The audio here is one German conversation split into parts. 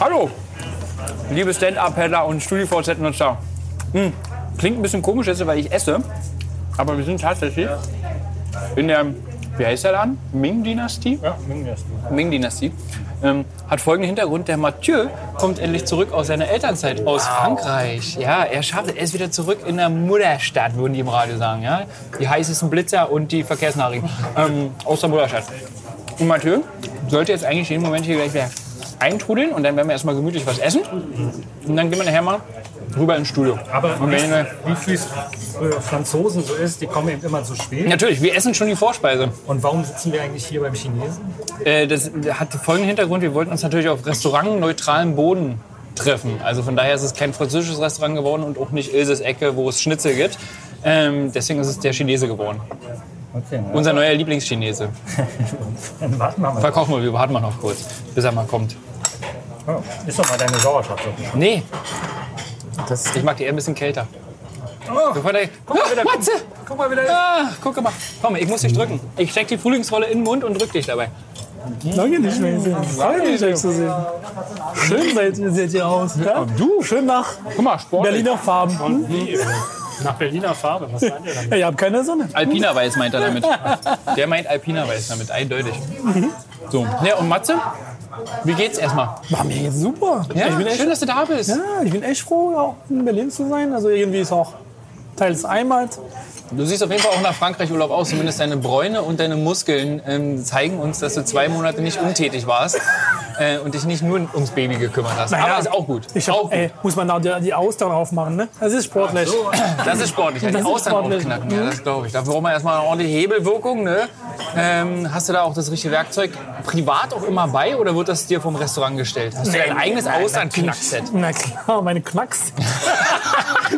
Hallo, liebe Stand-Up-Header und StudiVZ-Nutzer. Hm. Klingt ein bisschen komisch jetzt, weil ich esse, aber wir sind tatsächlich in der, wie heißt der Laden? Ming-Dynastie? Ja, nimm erst. Ming-Dynastie. Ähm, hat folgenden Hintergrund. Der Mathieu kommt endlich zurück aus seiner Elternzeit aus Frankreich. Ja, er schafft es. Er ist wieder zurück in der Mutterstadt, würden die im Radio sagen. Ja? Die heißesten Blitzer und die Verkehrsnachrichten ähm, aus der Mutterstadt. Und Mathieu sollte jetzt eigentlich jeden Moment hier gleich wieder eintrudeln und dann werden wir erstmal gemütlich was essen. Und dann gehen wir nachher mal rüber ins Studio. Aber und wenn wir, wie viel äh, Franzosen so ist, die kommen eben immer zu spät. natürlich, wir essen schon die Vorspeise. Und warum sitzen wir eigentlich hier beim Chinesen? Äh, das hat folgenden Hintergrund. Wir wollten uns natürlich auf restaurantneutralem Boden treffen. Also von daher ist es kein französisches Restaurant geworden und auch nicht Ilses Ecke, wo es Schnitzel gibt. Ähm, deswegen ist es der Chinese geworden. Okay, ne? Unser neuer Lieblingschinese. dann warten wir mal. Verkaufen wir, wir warten mal noch kurz, bis er mal kommt. Oh, ist doch mal deine Sauerstoff. Nee, das, ich mag die eher ein bisschen kälter. Oh, Bevor der, guck mal Ah, wieder. Matze! Guck mal wieder. Ah, guck mal. Komm, ich muss dich drücken. Ich steck die Frühlingsrolle in den Mund und drück dich dabei. Lange nicht mehr gesehen. Lange nicht mehr gesehen. Schön seid, seht ihr aus. Ja? Du? Schön nach Guck mal, Sport. Berliner Farben. Hm? äh, Nach Berliner Farbe, was meint ihr damit? Ja, ihr habt keine Sonne. Alpina Weiß meint er damit. Mhm. Der meint Alpina Weiß damit, eindeutig. So, ja, und Matze? Wie geht's erstmal? War mir jetzt super. Ja, ich bin echt, schön, dass du da bist. ja, ich bin echt froh, auch in Berlin zu sein. Also irgendwie ist auch Teil des Einmals. Du siehst auf jeden Fall auch nach Frankreich-Urlaub aus. Zumindest deine Bräune und deine Muskeln ähm, zeigen uns, dass du zwei Monate nicht untätig warst äh, und dich nicht nur ums Baby gekümmert hast. Aber ist auch gut. Ich auch hab, gut. ey, muss man da die, die Austern aufmachen, ne? Das ist sportlich. Das ist sportlich. Ja, die Das ist Austern sportlich. Mhm. aufknacken, ja, das glaube ich. Da brauchen wir erstmal eine ordentliche Hebelwirkung. Ne? Ähm, hast du da auch das richtige Werkzeug privat auch immer bei oder wird das dir vom Restaurant gestellt? Hast du dein eigenes Austernknackset? Na klar, meine Knacks.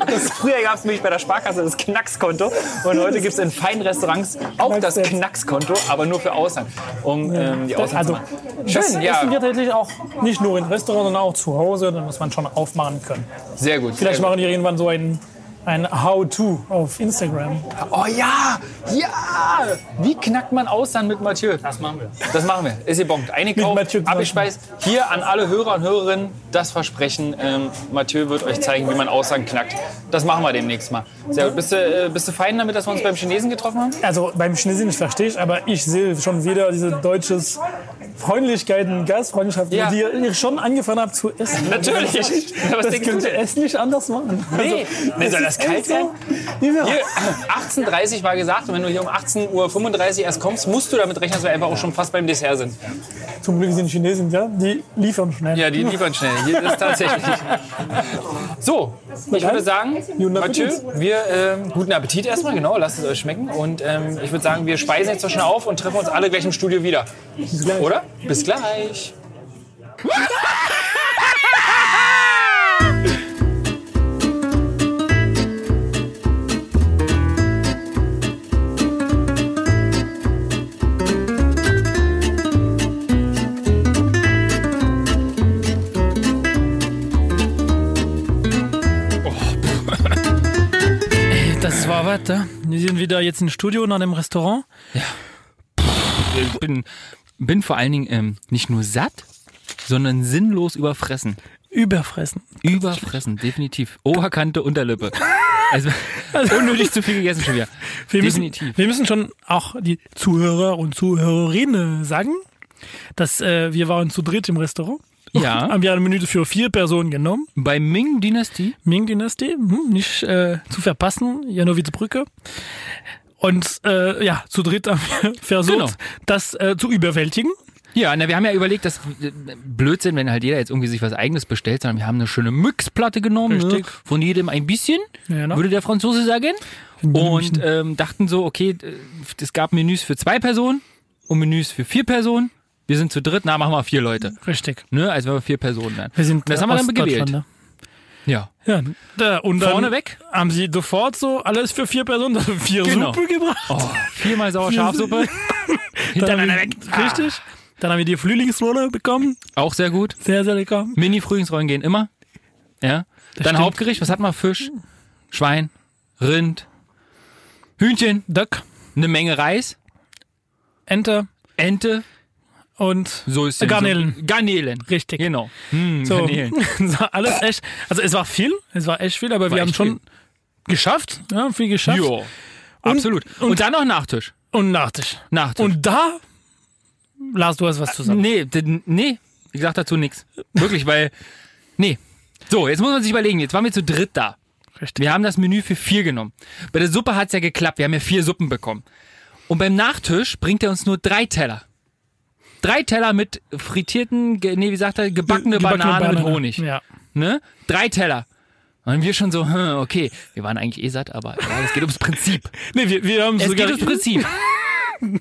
Das- Früher gab es nämlich bei der Sparkasse das Knackskonto und heute gibt es in feinen Restaurants auch das Knacksset. Knackskonto, aber nur für Ausland, um ähm, die Das, Ausland zu also, machen. das Schön, ja, essen wir tatsächlich auch nicht nur in Restaurants, sondern auch zu Hause. Da muss man schon aufmachen können. sehr gut. Vielleicht sehr gut. machen die irgendwann so ein, ein How-To auf Instagram. Oh ja, ja! Wie knackt man Ausland mit Mathieu? Das machen wir. Das machen wir. Ist gebongt. Mathieu Eingekauft, knacken. abgespeist. Hier an alle Hörer und Hörerinnen das Versprechen. Ähm, Mathieu wird euch zeigen, wie man Ausland knackt. Das machen wir demnächst mal. Sehr gut. Bist du, äh, bist du fein damit, dass wir uns beim Chinesen getroffen haben? Also beim Schnitzel nicht verstehe ich, aber ich sehe schon wieder diese deutsches Freundlichkeiten, Gastfreundschaft, Ja. die ihr schon angefangen habt zu essen. Natürlich. Das, Was das denkst du könnt ihr denn? es nicht anders machen. Also, Nee. Nee, soll das ist echt kalt sein? So, wie wir- Hier, äh, 18.30 war gesagt, und wenn du hier um 18.35 Uhr erst kommst, musst du damit rechnen, dass wir einfach auch schon fast beim Dessert sind. Zum Glück sind Chinesen, ja, die liefern schnell. Ja, die liefern schnell. Hier ist tatsächlich. So, ich würde sagen, Guten Mathieu, Appetit. wir ähm, guten Appetit erstmal, genau, lasst es euch schmecken. Und ähm, ich würde sagen, wir speisen jetzt so schnell auf und treffen uns alle gleich im Studio wieder. Bis gleich. Oder? Bis gleich. Das war was, da. Wir sind wieder jetzt im Studio nach dem Restaurant. Ich bin, bin vor allen Dingen ähm, nicht nur satt, sondern sinnlos überfressen. Überfressen. Überfressen, definitiv. Oberkante Unterlippe. Also, unnötig zu viel gegessen schon wieder. Wir müssen, definitiv. wir müssen schon auch die Zuhörer und Zuhörerinnen sagen, dass äh, wir waren zu dritt im Restaurant. ja, Haben wir eine Minute für vier Personen genommen. bei Ming-Dynastie Ming-Dynastie, hm, nicht äh, zu verpassen, Janowitzbrücke. Und äh, ja, zu dritt haben wir versucht, Genau. das äh, zu überwältigen. Ja, na, wir haben ja überlegt, dass äh, Blödsinn, wenn halt jeder jetzt irgendwie sich was eigenes bestellt, sondern wir haben eine schöne Mixplatte genommen, ne? Richtig. von jedem ein bisschen, Ja, genau. würde der Franzose sagen. Und ähm, dachten so, okay, äh, es gab Menüs für zwei Personen und Menüs für vier Personen. Wir sind zu dritt, na, machen wir vier Leute. Richtig. Ne, als wenn wir vier Personen wären. Wir sind äh, ne? Und das haben wir dann gewählt. Ja. Ja, da, und dann Vorneweg? haben sie sofort so alles für vier Personen, also vier Genau. Suppe gebracht. Oh, viermal saure Schafsuppe. Dann haben Hintereinander weg. wir- Richtig. Dann haben wir die Frühlingsrolle bekommen. Auch sehr gut. Sehr, sehr lecker. Mini-Frühlingsrollen gehen immer. Ja. Dann stimmt. Hauptgericht, was hat man? Fisch, Schwein, Rind, Hühnchen, Duck, eine Menge Reis, Ente, Ente, und So ist denn Garnelen. So, Garnelen. Richtig. Genau. Hm, So, Garnelen. es war alles echt. Also es war viel, es war echt viel, War aber wir haben echt schon geschafft, ja, viel geschafft. Jo. Absolut. Und, dann noch Nachtisch. Und Nachtisch. Nachtisch. Und da, Lars, du hast was zu sagen. Nee, d- nee, ich sag dazu nichts. Wirklich, weil. Nee. So, jetzt muss man sich überlegen, jetzt waren wir zu dritt da. Richtig. Wir haben das Menü für vier genommen. Bei der Suppe hat's ja geklappt, wir haben ja vier Suppen bekommen. Und beim Nachtisch bringt er uns nur drei Teller. Drei Teller mit frittierten, ge- nee, wie sagt er, gebackene, Bananen mit Honig. Ja. Ne? Drei Teller. Und wir schon so, hm, okay, wir waren eigentlich eh satt, aber ja, es geht ums Prinzip. Nee, wir, wir haben Es sogar geht ums Prinzip.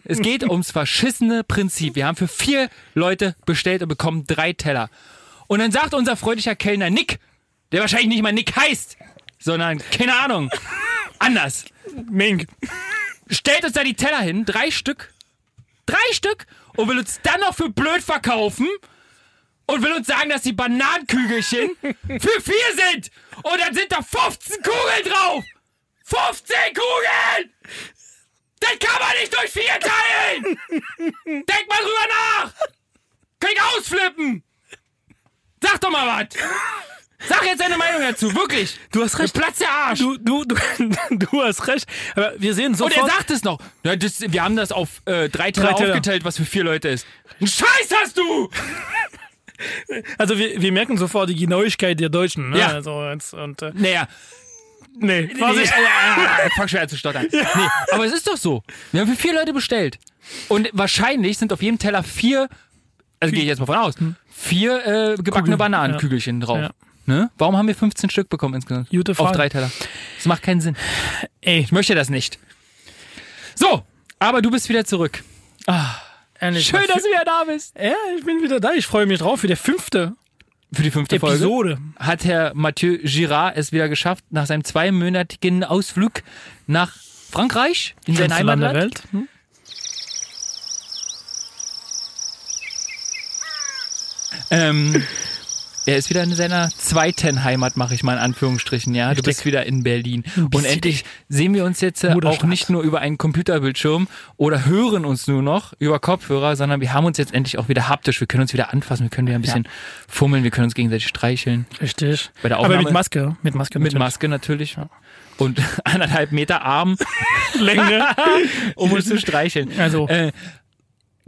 Es geht ums verschissene Prinzip. Wir haben für vier Leute bestellt und bekommen drei Teller. Und dann sagt unser freundlicher Kellner Nick, der wahrscheinlich nicht mal Nick heißt, sondern keine Ahnung, anders. Mink. Stellt uns da die Teller hin, drei Stück, drei Stück und will uns dann noch für blöd verkaufen und will uns sagen, dass die Bananenkügelchen für vier sind. Und dann sind da 15 Kugeln drauf. 15 Kugeln! Das kann man nicht durch vier teilen! Denk mal drüber nach! Kann ich ausflippen! Sag doch mal was! Sag jetzt deine Meinung dazu, wirklich! Du hast recht. Platz der Arsch! Du, du, du, du hast recht. Aber wir sehen Und er sofort. sagt es noch. Na, das, wir haben das auf äh, drei, Teller Drei Teller. aufgeteilt, was für vier Leute ist. Einen Scheiß hast du! also wir, wir merken sofort die Genauigkeit der Deutschen. Ne? Ja. Also jetzt, und, äh, Naja, nee, nee, Vorsicht. äh, äh, äh, fang schwer zu stottern. Nee, aber es ist doch so. Wir haben für vier Leute bestellt. Und wahrscheinlich sind auf jedem Teller vier, also gehe ich jetzt mal von aus, vier äh, gebackene Kugeln, Bananenkügelchen drauf. Ja. Ne? Warum haben wir 15 Stück bekommen insgesamt? Gute Auf Frage. drei Teller. Das macht keinen Sinn. Ey, Ich möchte das nicht. So, aber du bist wieder zurück. ehrlich, Schön, mal- dass du wieder da bist. Ja, ich bin wieder da. Ich freue mich drauf für die fünfte Für die fünfte Folge. Episode. hat Herr Mathieu Girard es wieder geschafft, nach seinem zweimonatigen Ausflug nach Frankreich, in sein Schönste Land der Heimatland, Welt. Hm? ähm, er ist wieder in seiner zweiten Heimat, mache ich mal in Anführungsstrichen. Ja, du Richtig. bist wieder in Berlin. Und bisschen. endlich sehen wir uns jetzt äh, auch Mutterstadt. nicht nur über einen Computerbildschirm oder hören uns nur noch über Kopfhörer, sondern wir haben uns jetzt endlich auch wieder haptisch. Wir können uns wieder anfassen, wir können wieder ein bisschen fummeln, wir können uns gegenseitig streicheln. Richtig. Bei der Aber Aufnahme- mit Maske. Mit Maske. Mit natürlich. Maske natürlich. Und anderthalb Meter Arm, Länge. um uns zu streicheln. Also, Äh,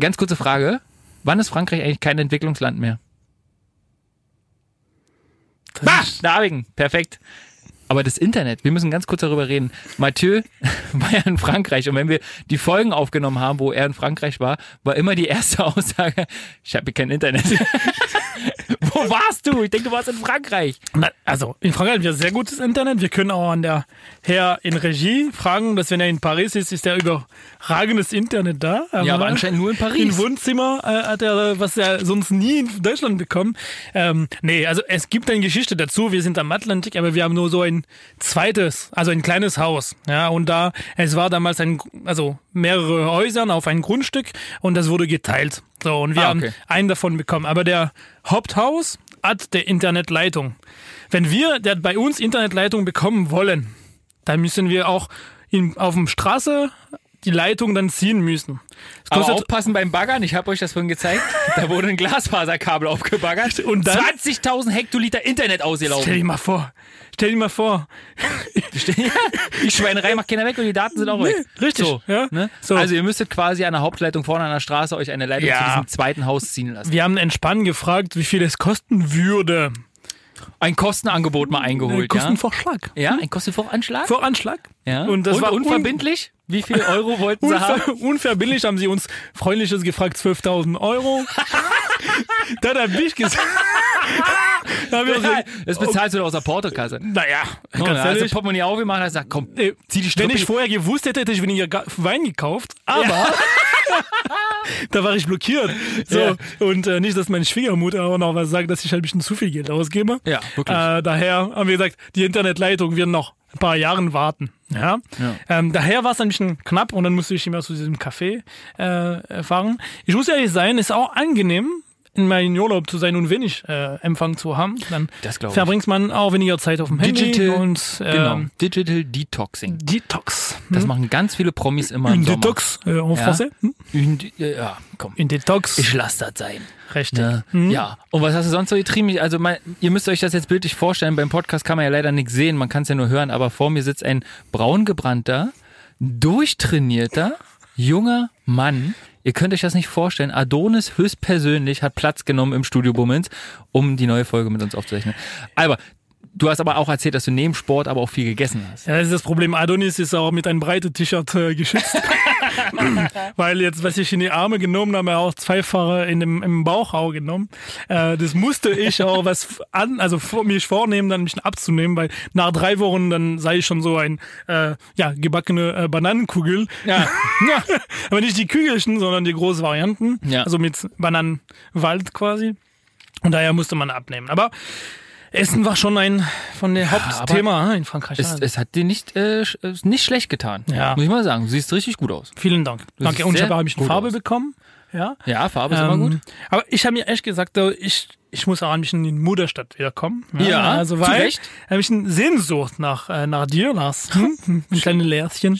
ganz kurze Frage. Wann ist Frankreich eigentlich kein Entwicklungsland mehr? das Bah! ist- Norwegen, perfekt. Aber das Internet, wir müssen ganz kurz darüber reden. Mathieu war ja in Frankreich und wenn wir die Folgen aufgenommen haben, wo er in Frankreich war, war immer die erste Aussage, ich habe hier kein Internet. wo warst du? Ich denke, du warst in Frankreich. Na, Also, in Frankreich haben wir sehr gutes Internet. Wir können auch an der Herr in Regie fragen, dass wenn er in Paris ist, ist er überragendes Internet da. Ja, aber anscheinend nur in Im Paris. Wohnzimmer äh, hat er, äh, was er sonst nie in Deutschland bekommen. Ähm, nee, also es gibt eine Geschichte dazu. Wir sind am Atlantik, aber wir haben nur so ein zweites, also ein kleines Haus. Ja, und da, es war damals ein, Gru- also mehrere Häusern auf ein Grundstück und das wurde geteilt. So, und wir Ah, okay. haben einen davon bekommen. Aber der Haupthaus hat der Internetleitung. Wenn wir der bei uns Internetleitung bekommen wollen, dann müssen wir auch in, auf dem Straße die Leitung dann ziehen müssen. Es Aber kostet- aufpassen beim Baggern, ich habe euch das vorhin gezeigt. Da wurde ein Glasfaserkabel aufgebaggert Und dann- 20.000 Hektoliter Internet Stell ausgelaufen. dir mal vor. Stell dir mal vor. Die Schweinerei macht keiner weg und die Daten sind auch weg. Richtig. So, ja? ne? so. Also ihr müsstet quasi an der Hauptleitung vorne an der Straße euch eine Leitung Ja. zu diesem zweiten Haus ziehen lassen. wir haben entspannt gefragt, wie viel es kosten würde. Ein Kostenangebot mal Ein eingeholt, ja? Kostenvorschlag. Ja, ein Kostenvoranschlag? Voranschlag. ja. Und das war un- unverbindlich? Wie viel Euro wollten sie haben? Unver unverbindlich haben sie uns freundliches gefragt, 12.000 Euro. dann hab ich gesagt. da hab ich gesagt, Das bezahlst du doch aus der Portokasse. naja, Oh, ganz da hast du ehrlich. Portemonnaie aufgemacht und hast gesagt, komm, Äh, zieh die Wenn Strippe. ich vorher gewusst hätte, hätte ich weniger Ga- Wein gekauft, aber da war ich blockiert. So, Ja. Und äh, nicht, dass meine Schwiegermutter auch noch was sagt, dass ich halt ein bisschen zu viel Geld ausgebe. Ja, wirklich. Äh, daher haben wir gesagt, die Internetleitung wird noch ein paar Jahren warten. Ja? Ähm, daher war es ein bisschen knapp und dann musste ich immer zu diesem Café äh, fahren. Ich muss ehrlich sein, ist auch angenehm, mal in Urlaub zu sein und wenig äh, Empfang zu haben, dann Das glaub ich. verbringt man auch weniger Zeit auf dem Handy Digital, und äh, Mhm. genau. Digital Detoxing. Detox. Das machen ganz viele Promis immer im Une Sommer. Detox äh, en français. Hm? Une- Ja, komm. Une Detox. Ich lass das sein. Richtig. Ne? Ja. Und was hast du sonst so getrieben? Also, mein, ihr müsst euch das jetzt bildlich vorstellen. Beim Podcast kann man ja leider nichts sehen, man kann es ja nur hören. Aber vor mir sitzt ein braungebrannter, durchtrainierter, junger Mann. Ihr könnt euch das nicht vorstellen. Adonis höchstpersönlich hat Platz genommen im Studio Bummins, um die neue Folge mit uns aufzuzeichnen. Aber du hast aber auch erzählt, dass du neben Sport aber auch viel gegessen hast. Ja, das ist das Problem. Adonis ist auch mit einem breiten T-Shirt äh, geschützt. Weil jetzt, was ich in die Arme genommen habe, auch zweifache in dem, im Bauch auch genommen. Äh, das musste ich auch was f- an, also vor, mich vornehmen, dann mich abzunehmen, weil nach drei Wochen dann sei ich schon so ein, äh, ja, gebackene äh, Bananenkugel. Ja. Aber nicht die Kügelchen, sondern die großen Varianten. Ja. Also mit Bananenwald quasi. Und daher musste man abnehmen. Aber Essen war schon ein von der Hauptthema in Frankreich. Es, es hat dir nicht, äh, sch- äh, nicht schlecht getan. Ja. Muss ich mal sagen. Du siehst richtig gut aus. Vielen Dank. Danke. ist Und ich sehr habe auch ein bisschen gut Farbe aus. bekommen. Ja. Ja, Farbe ist immer Ähm, gut. Aber ich habe mir echt gesagt, so, ich, ich muss auch ein bisschen in die Mutterstadt wiederkommen. Ja, also zu weil Recht. ein bisschen Sehnsucht nach, äh, nach dir, Lars. Hm? Hm, Ein kleines Lärchen.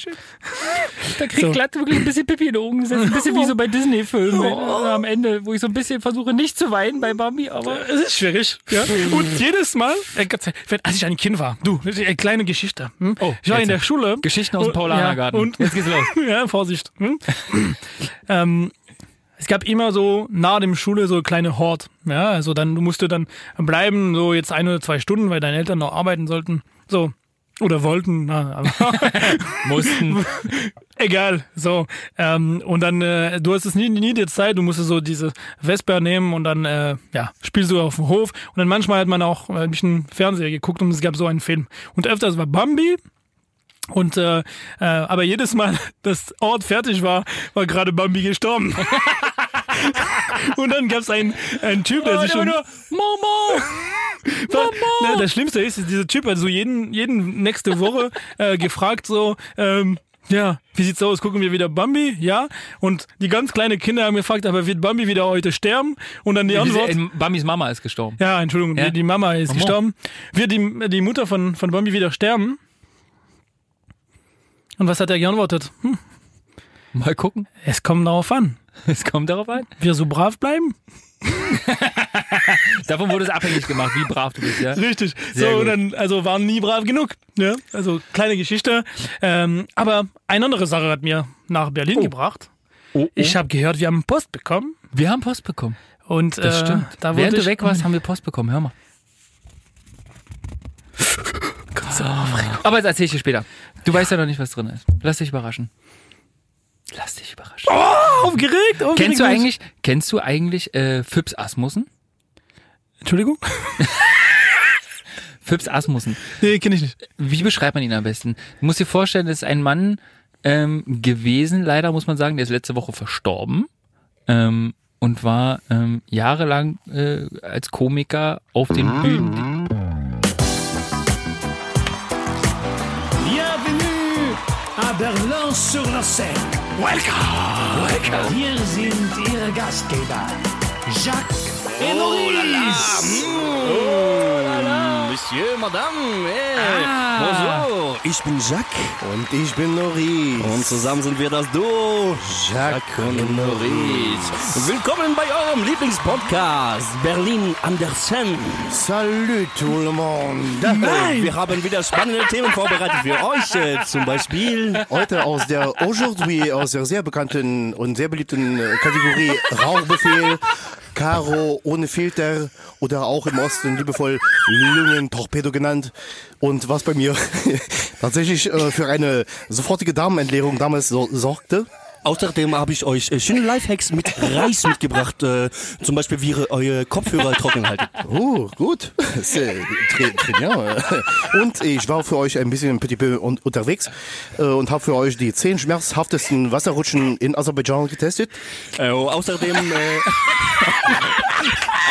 Da kriegt So. glatt wirklich ein bisschen Pipi in den Augen. Das ist ein bisschen wie so bei Disney-Filmen äh, am Ende, wo ich so ein bisschen versuche, nicht zu weinen bei Bambi, aber. Äh, Es ist schwierig. Ja? Und jedes Mal, äh, Gott sei Dank, als ich ein Kind war, du, eine kleine Geschichte. Hm? Oh, ich war jetzt. in der Schule. Geschichten aus dem Und- Ja, Paulanergarten. und Jetzt geht's los. ja, Vorsicht. Hm? ähm, es gab immer so nach dem Schule so kleine Hort. Ja, also dann du musst du dann bleiben, so jetzt ein oder zwei Stunden, weil deine Eltern noch arbeiten sollten. So. Oder wollten, na, aber Mussten. egal. So. Ähm, und dann, äh, du hast es nie, nie die Zeit, du musstest so diese Vesper nehmen und dann, äh, ja, spielst du auf dem Hof. Und dann manchmal hat man auch äh, ein bisschen Fernseher geguckt und es gab so einen Film. Und öfters war Bambi. Und äh, äh, aber jedes Mal, das Ort fertig war, war gerade Bambi gestorben. und dann gab es einen, einen Typ, der sich immer um, Oh, nur, Mama! na, das Schlimmste ist, ist dieser Typ hat so jeden, jeden nächste Woche äh, gefragt so, ähm, ja, wie sieht's aus? Gucken wir wieder Bambi? Ja. Und die ganz kleinen Kinder haben gefragt, aber wird Bambi wieder heute sterben? Und dann die Antwort. Äh, Bambis Mama ist gestorben. Ja, Entschuldigung, Ja. Die, die Mama ist Mama. gestorben. Wird die, die Mutter von, von Bambi wieder sterben? Und was hat er geantwortet? Hm, Mal gucken. es kommt darauf an. Es kommt darauf an. Wir so brav bleiben? Davon wurde es abhängig gemacht, wie brav du bist, ja? Richtig. Sehr so, gut. und dann, also waren nie brav genug. Ja? Also kleine Geschichte. Ähm, aber eine andere Sache hat mir nach Berlin Oh. gebracht. Ich habe gehört, wir haben Post bekommen. Wir haben Post bekommen. Und Das äh, stimmt. da wurde Während ich, du weg warst, haben wir Post bekommen. Hör mal. Aber das erzähle ich dir später. Du weißt ja noch nicht, was drin ist. Lass dich überraschen. Lass dich überraschen. aufgeregt, aufgeregt. Kennst du bin ich. eigentlich, kennst du eigentlich äh, Phipps Asmussen? Entschuldigung? Phipps Asmussen. nee, kenne ich nicht. Wie beschreibt man ihn am besten? Du musst dir vorstellen, das ist ein Mann ähm, gewesen, leider muss man sagen, der ist letzte Woche verstorben ähm, und war ähm, jahrelang äh, als Komiker auf den Bühnen. Bienvenue à Berlin-sur-la-Seine. Welcome. Hier sind Ihre Gastgeber, Jacques und Maurice. Monsieur, Madame, hey, bonjour. Ich bin Jacques. Und ich bin Maurice. Und zusammen sind wir das Duo. Jacques und Maurice. Willkommen bei eurem Lieblingspodcast Berlin an der Seine. Salut tout le monde. Nein. Wir haben wieder spannende Themen vorbereitet für euch. äh, Zum Beispiel. Heute aus der, aujourd'hui aus der sehr bekannten und sehr beliebten äh, Kategorie Rauchbefehl, Karo ohne Filter oder auch im Osten liebevoll Lungen-Torpedo genannt. Und was bei mir tatsächlich äh, für eine sofortige Damenentleerung damals so, sorgte. Außerdem habe ich euch äh, schöne Lifehacks mit Reis mitgebracht. Äh, zum Beispiel, wie ihr eure Kopfhörer trocken haltet. Oh, gut. Sehr, très, très bien. Und ich war für euch ein bisschen petit peu un- unterwegs äh, und habe für euch die zehn schmerzhaftesten Wasserrutschen in Aserbaidschan getestet. Äh, außerdem. Äh,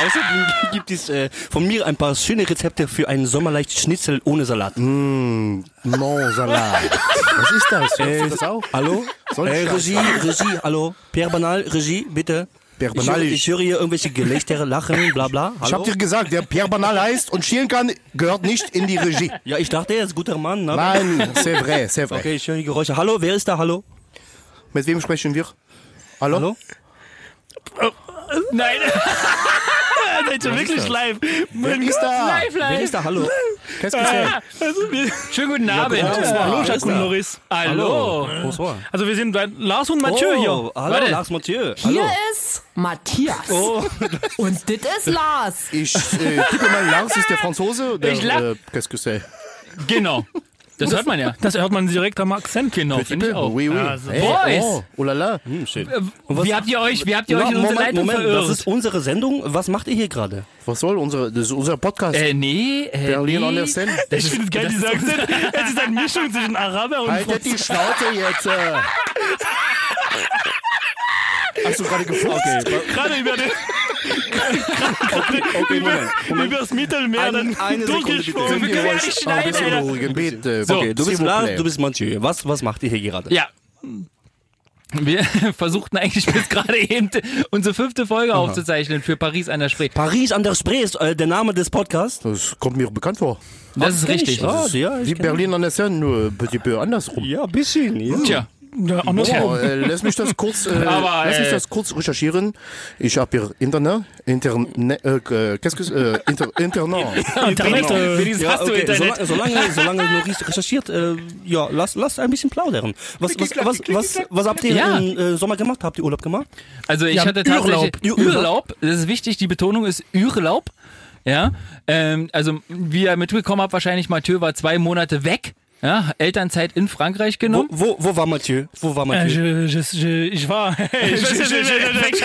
Außerdem gibt es äh, von mir ein paar schöne Rezepte für einen sommerleicht Schnitzel ohne Salat. Mon Salat. Was Äh, ist das? Hörst du das auch? Hallo? Soll ich Äh, das? Regie, Regie, hallo. Pierre Banal, Regie, bitte. Pierre Ich höre, Banal. ich Ich, höre hier irgendwelche Gelächter, Lachen, bla bla. Hallo? ich hab dir gesagt, der Pierre Banal heißt und schielen kann, gehört nicht in die Regie. ja, ich dachte, er ist ein guter Mann. Ne? Nein, c'est vrai, c'est vrai. Okay, ich höre die Geräusche. Hallo, wer ist da? Hallo? Mit wem sprechen wir? Hallo? Hallo? Nein. Seid ihr wirklich live? Wer ist da? Live, Wer live. ist da? Hallo? Qu'est-ce que c'est? Also, wir, Schönen guten Abend. hallo, wer ist Jacques da? Loris. Hallo. Bonsoir. Also wir sind bei Lars und Mathieu Oh, hallo, hier. Warte. Oh. Lars Mathieu. Hier Hallo. ist Matthias. Und das ist Lars. Ich äh, tippe mal, Lars ist der Franzose. Der, Ich lach- äh, Qu'est-ce que c'est? Genau. Das hört man ja. Das hört man direkt am Akzent. Genau, finde ich auch. Oui, oui. Also, Boys. Oh, oh la la. Hm, shit. Wie habt ihr euch, wie habt ihr euch in unsere Moment, Leitung Moment, verirrt? das ist unsere Sendung. Was macht ihr hier gerade? Was soll unser, das ist unser Podcast? äh, nee, äh, Berlin nee. on the Seine. Ich finde es geil, dieser Akzent. Es ist eine Mischung zwischen Araber und Haltet die Schnauze jetzt. Äh. Hast du gerade geflucht? gerade über den. Okay, Moment. Über das Mittelmeer dann eine Sekunde durchgesprungen. Könnt ihr Wir euch ein bisschen beruhigen, bitte. So, Okay, du bist Lars, du bist Mathieu. Was, was macht ihr hier gerade? Ja. Wir versuchten eigentlich bis gerade eben unsere fünfte Folge aufzuzeichnen für Paris an der Spree. Paris an der Spree ist äh, der Name des Podcasts. Das kommt mir bekannt vor. Das ist richtig. Ah, ja, Wie ich kenn- Berlin an der Seine, nur ein petit peu andersrum. ja, ein bisschen. Ja. Tja. Ja, andersrum. Boah, äh, lass mich das kurz, äh, Aber, lass mich äh, das kurz recherchieren. Ich habe hier Internet, Internet, äh, qu'est-ce que, äh, Inter, Internet. Direkt, äh, Wenigstens hast du Solange, Internet. solange, solange Maurice recherchiert, äh, ja, lass, lass ein bisschen plaudern. Was, was, was, was, was habt ihr Ja. im äh, Sommer gemacht? Habt ihr Urlaub gemacht? Also ich Ja, hatte tatsächlich Urlaub. Urlaub. Das ist wichtig. Die Betonung ist Urlaub. Ja. Ähm, also wie ihr mitbekommen habt, wahrscheinlich Mathieu war zwei Monate weg. Ja, Elternzeit in Frankreich Wo, genommen. wo, wo war Mathieu? Wo war äh, Mathieu? je, je, je, ich war. Ich weiß nicht,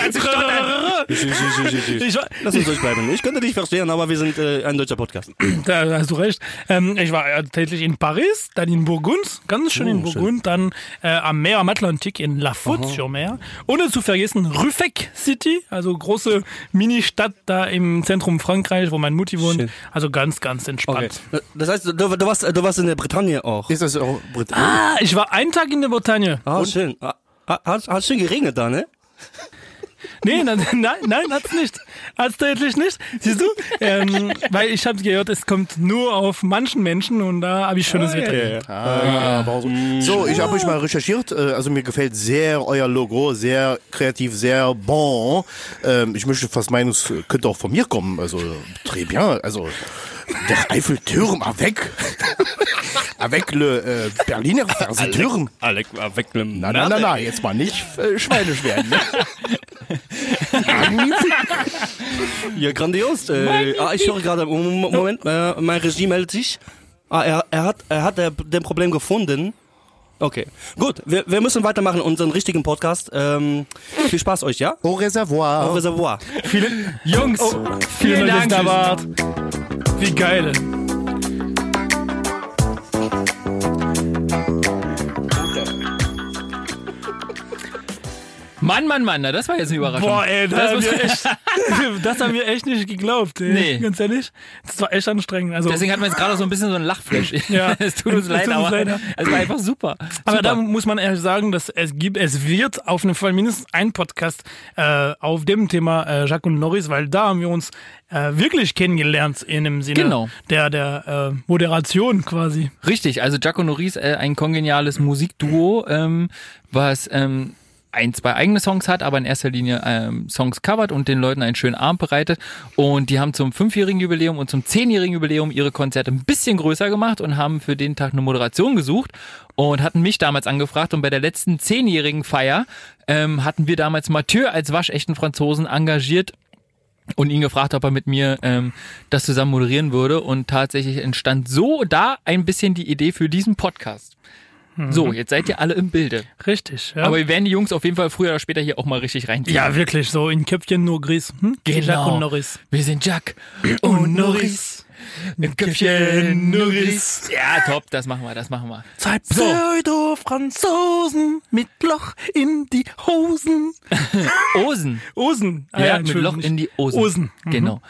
wie- Ich war. Lass uns durchbleiben. Ich könnte dich verstehen, aber wir sind äh, ein deutscher Podcast. Da hast du recht. Ähm, ich war ja tatsächlich in Paris, dann in Burgund, ganz schön in Burgund, dann äh, am Meer, am Atlantik in La Faute-sur-Mer. Ohne zu vergessen Ruffec City, also große Mini-Stadt da im Zentrum Frankreich, wo meine Mutti wohnt. Schön. Also ganz, ganz entspannt. Das heißt, du, du, warst, du warst in der Bretagne auch. Ist das auch Brit Ah, ich war einen Tag in der Bretagne. Ah, schön. Ah, ah, Hat, hat schön geregnet da, ne? Nee, nein, nein, nein, hat's nicht. Hat's deutlich nicht. Siehst du? Ähm, weil ich habe gehört, es kommt nur auf manchen Menschen und da habe ich schönes Ah, Wetter. Äh, So, ich habe euch mal recherchiert. äh, Also mir gefällt sehr euer Logo, sehr kreativ, sehr bon. Ähm, Ich möchte fast meinen, es könnte auch von mir kommen. Also très bien. Also der Eiffeltürm avec, avec le äh, Berliner Fernsehturm. Alec, äh, weg. Na, na, na, na, jetzt mal nicht äh, schweinisch werden. ne? Magnifique. Ja, grandios. Äh, ah, ich höre gerade, Mo- Moment, äh, mein Regie meldet sich. Ah, er, er hat, er hat der, den Problem gefunden. Okay, gut, wir, wir müssen weitermachen, unseren richtigen Podcast. Ähm, viel Spaß euch, ja? Au reservoir. Au Reservoir. Jungs, Vielen Oh, vielen Dank, da Dank. wart. Wie geil. Mann, Mann, Mann, na, das war jetzt eine Überraschung. Boah, ey, das, haben muss- wir echt, das haben wir echt nicht geglaubt. Ey. Nee. Ganz ehrlich, das war echt anstrengend. Also, Deswegen hatten wir jetzt gerade so ein bisschen so einen Lachflash. Ja. es tut uns Es leid, tut uns aber leid, ja. es war einfach super. aber super. da muss man ehrlich sagen, dass es gibt, es wird auf jeden Fall mindestens ein Podcast äh, auf dem Thema äh, Jacques und Norris, weil da haben wir uns äh, wirklich kennengelernt in dem Sinne Genau. der, der äh, Moderation quasi. Richtig, also Jaco Norris, äh, ein kongeniales Musikduo, ähm, was ähm, ein, zwei eigene Songs hat, aber in erster Linie ähm, Songs covert und den Leuten einen schönen Abend bereitet. Und die haben zum fünfjährigen Jubiläum und zum zehnjährigen Jubiläum ihre Konzerte ein bisschen größer gemacht und haben für den Tag eine Moderation gesucht und hatten mich damals angefragt. Und bei der letzten zehnjährigen Feier ähm, hatten wir damals Mathieu als waschechten Franzosen engagiert und ihn gefragt, ob er mit mir ähm, das zusammen moderieren würde. Und tatsächlich entstand so da ein bisschen die Idee für diesen Podcast. So, jetzt seid ihr alle im Bilde. Richtig. Ja. Aber wir werden die Jungs auf jeden Fall früher oder später hier auch mal richtig reinziehen. Genau. ja, wirklich, so in Köpfchen nur Gries. Hm? Jacques Genau. und Norris. Wir sind Jack und Norris. Mit Köpfchen Norris. Ja, top, das machen wir, das machen wir. Zwei Pseudo-Franzosen mit Loch in die Hosen. Osen. Osen. Ah, Oh Ja, mit Entschuldigung. Loch in die Osen. Osen. Genau.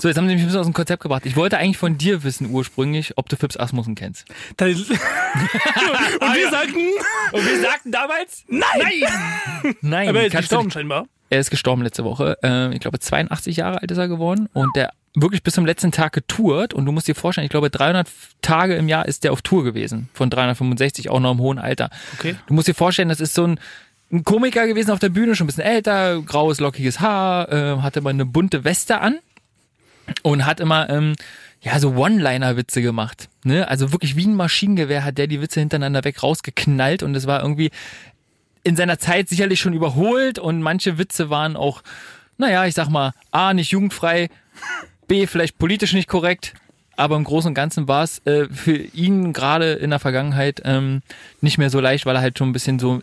So, jetzt haben sie mich ein bisschen aus dem Konzept gebracht. Ich wollte eigentlich von dir wissen ursprünglich, ob du Fips Asmussen kennst. Da- und wir sagten, Ah Und wir sagten damals, nein! Nein, aber er ist kannst du gestorben nicht scheinbar. Er ist gestorben letzte Woche. Ähm, ich glaube, 82 Jahre alt ist er geworden und der wirklich bis zum letzten Tag getourt. Und du musst dir vorstellen, ich glaube, 300 Tage im Jahr ist der auf Tour gewesen. Von 365, auch noch im hohen Alter. Okay. Du musst dir vorstellen, das ist so ein, ein Komiker gewesen auf der Bühne, schon ein bisschen älter, graues, lockiges Haar, äh, hatte immer eine bunte Weste an und hat immer ähm, ja so One-Liner-Witze gemacht. Ne? Also wirklich wie ein Maschinengewehr hat der die Witze hintereinander weg rausgeknallt und es war irgendwie in seiner Zeit sicherlich schon überholt und manche Witze waren auch, naja, ich sag mal, A, nicht jugendfrei, B, vielleicht politisch nicht korrekt, aber im Großen und Ganzen war es äh, für ihn gerade in der Vergangenheit ähm, nicht mehr so leicht, weil er halt schon ein bisschen so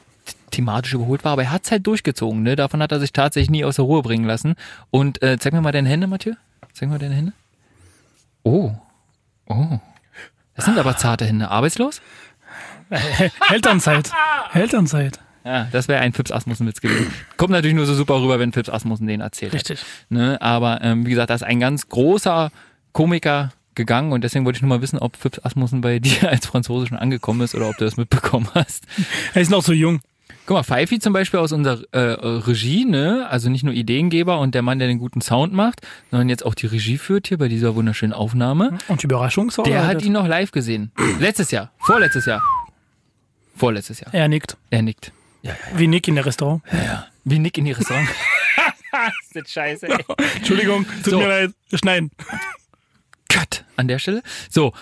thematisch überholt war, aber er hat es halt durchgezogen, ne? Davon hat er sich tatsächlich nie aus der Ruhe bringen lassen. Und äh, zeig mir mal deine Hände, Mathieu. Zeig mal deine Hände. Oh. Oh. Das sind aber zarte Hände. Arbeitslos? Elternzeit. Elternzeit. Ja, Ah, das wäre ein Fips Asmussen-Witz gewesen. Kommt natürlich nur so super rüber, wenn Fips Asmussen den erzählt. hat. Richtig. Ne? Aber ähm, wie gesagt, da ist ein ganz großer Komiker gegangen und deswegen wollte ich nur mal wissen, ob Fips Asmussen bei dir als Franzose schon angekommen ist oder ob du das mitbekommen hast. Er ist noch so jung. Guck mal, Pfeifi zum Beispiel aus unserer äh, Regie, ne? also nicht nur Ideengeber und der Mann, der den guten Sound macht, sondern jetzt auch die Regie führt hier bei dieser wunderschönen Aufnahme. Und die Überraschungsau. Der hat ihn noch live gesehen. Letztes Jahr, vorletztes Jahr. Vorletztes Jahr. Er nickt. Er nickt. Wie Nick in der Restaurant. Wie Nick in die Restaurant. Entschuldigung, tut So. mir leid. Schneiden. Cut an der Stelle. So,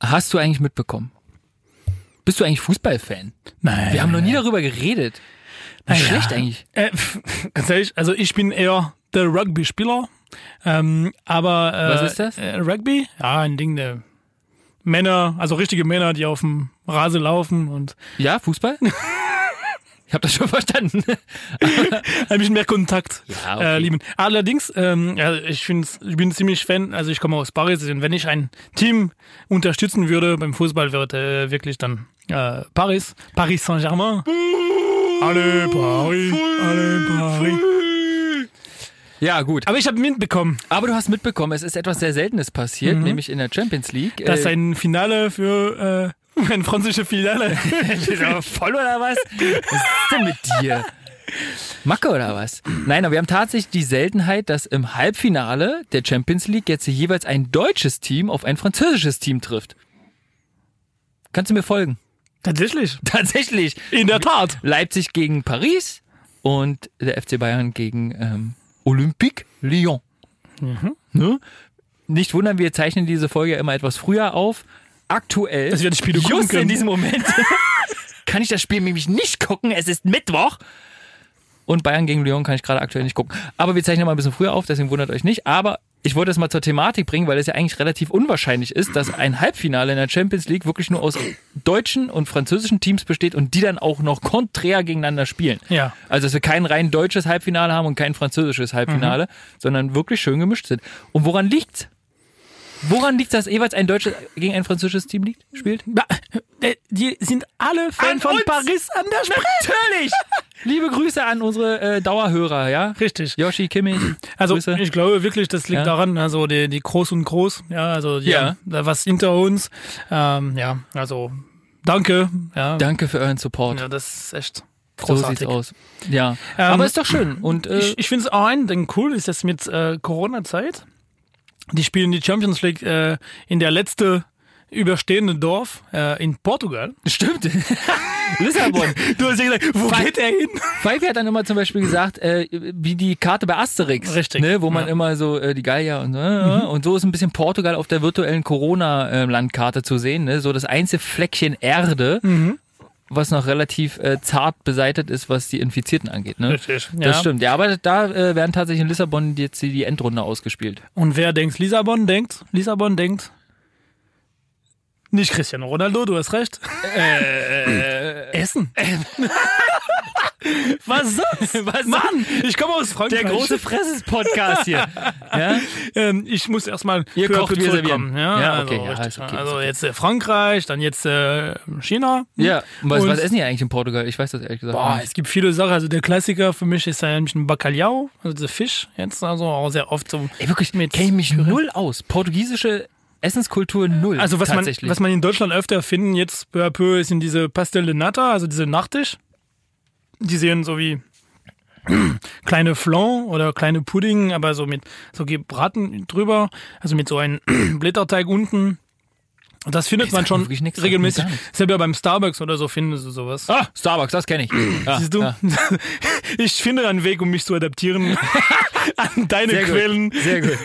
hast du eigentlich mitbekommen? Bist du eigentlich Fußballfan? Nein. Wir haben noch nie darüber geredet. Wie Naja. schlecht eigentlich. Äh, pff, ganz ehrlich, also ich bin eher der Rugby-Spieler. Ähm, aber äh, Was ist das? Äh, Rugby? Ja, ein Ding der Männer, also richtige Männer, die auf dem Rasen laufen und Ja, Fußball? ich habe das schon verstanden. ein bisschen mehr Kontakt Ja, okay. äh, lieben. Allerdings, ähm, ja, ich, find's, ich bin ziemlich Fan, also ich komme aus Paris und wenn ich ein Team unterstützen würde beim Fußball, wäre äh, wirklich dann äh, Paris, Paris Saint-Germain. Alle Paris, alle Paris. ja, gut. Aber ich habe mitbekommen, Aber du hast mitbekommen, es ist etwas sehr Seltenes passiert, nämlich in der Champions League. äh, dass ein Finale für äh, ein französische Finale. voll oder was? Was ist denn mit dir? Macke oder was? Nein, aber wir haben tatsächlich die Seltenheit, dass im Halbfinale der Champions League jetzt jeweils ein deutsches Team auf ein französisches Team trifft. Kannst du mir folgen? Tatsächlich. Tatsächlich. In der Tat. Leipzig gegen Paris und der FC Bayern gegen ähm, Olympique Lyon. Mhm. Ne? Nicht wundern, wir zeichnen diese Folge ja immer etwas früher auf. Aktuell, Dass wir das Spiel gucken just in können. diesem Moment, kann ich das Spiel nämlich nicht gucken. Es ist Mittwoch. Und Bayern gegen Lyon kann ich gerade aktuell nicht gucken. Aber wir zeichnen mal ein bisschen früher auf, deswegen wundert euch nicht. Aber ich wollte es mal zur Thematik bringen, weil es ja eigentlich relativ unwahrscheinlich ist, dass ein Halbfinale in der Champions League wirklich nur aus deutschen und französischen Teams besteht und die dann auch noch konträr gegeneinander spielen. Ja. Also, dass wir kein rein deutsches Halbfinale haben und kein französisches Halbfinale, Mhm. sondern wirklich schön gemischt sind. Und woran liegt's? Woran liegt dass jeweils ein deutsches gegen ein französisches Team liegt, spielt? äh, Die sind alle Fan An von uns. Paris an der Sprache. Natürlich! Liebe Grüße an unsere äh, Dauerhörer, ja? Richtig. Yoshi, Kimmich, Also Grüße. ich glaube wirklich, das liegt Ja. daran, also die, die Groß und Groß, ja, also die, Ja. da was hinter uns. Ähm, ja, also danke. Ja, Danke für euren Support. ja das ist echt so großartig. sieht's aus. Ja. Aber ist doch schön. Und äh, Ich, ich finde es auch ein Ding cool, ist das mit äh, Corona-Zeit. Die spielen die Champions League äh, in der letzte überstehende Dorf äh, in Portugal. stimmt. Lissabon. Du hast ja gesagt, wo Fuck. geht er hin? Pfeife hat dann immer zum Beispiel gesagt, äh, wie die Karte bei Asterix. Richtig. Ne, wo man Ja. Mhm. immer so äh, die Gallier und so. äh, Und so ist ein bisschen Portugal auf der virtuellen Corona-Landkarte zu sehen. Ne? So das einzige Fleckchen Erde, Mhm. was noch relativ äh, zart beseitet ist, was die Infizierten angeht. Ne? Richtig, Das ja. stimmt. Ja, aber da äh, werden tatsächlich in Lissabon jetzt die, die Endrunde ausgespielt. Und wer denkt, Lissabon denkt, Lissabon denkt. Nicht Cristiano Ronaldo, du hast recht. Äh, Essen. Was sonst? Was Mann, ich komme aus Frankreich. Fresses-Podcast hier. ja? Ähm, ich muss erstmal Ihr kocht, wir servieren. Ja, Ja, also, okay, ja, richtig. ist okay, ist also okay. jetzt äh, Frankreich, dann jetzt äh, China. ja. Und was, Und- was essen die eigentlich in Portugal? Ich weiß das ehrlich gesagt. Boah, nicht. es gibt viele Sachen. Also der Klassiker für mich ist ja nämlich ein Bacalhau, also der Fisch. Jetzt also auch sehr oft so. Ey, wirklich, mit kenne ich mich null aus. Portugiesische Essenskultur null. Also was man, tatsächlich. was man in Deutschland öfter finden, jetzt peu à peu, sind diese Pastel de Nata, also diese Nachtisch. Die sehen so wie kleine Flan oder kleine Pudding, aber so mit so gebraten drüber, also mit so einem Blätterteig unten. Und Das findet man schon wirklich nichts, regelmäßig. sagt mir gar nichts. Selber beim Starbucks oder so findest du sowas. Ah, Starbucks, das kenne ich. Ah, Ja, Siehst du? Ja. Ich finde einen Weg, um mich zu adaptieren an deine Sehr Quellen. gut. Sehr gut.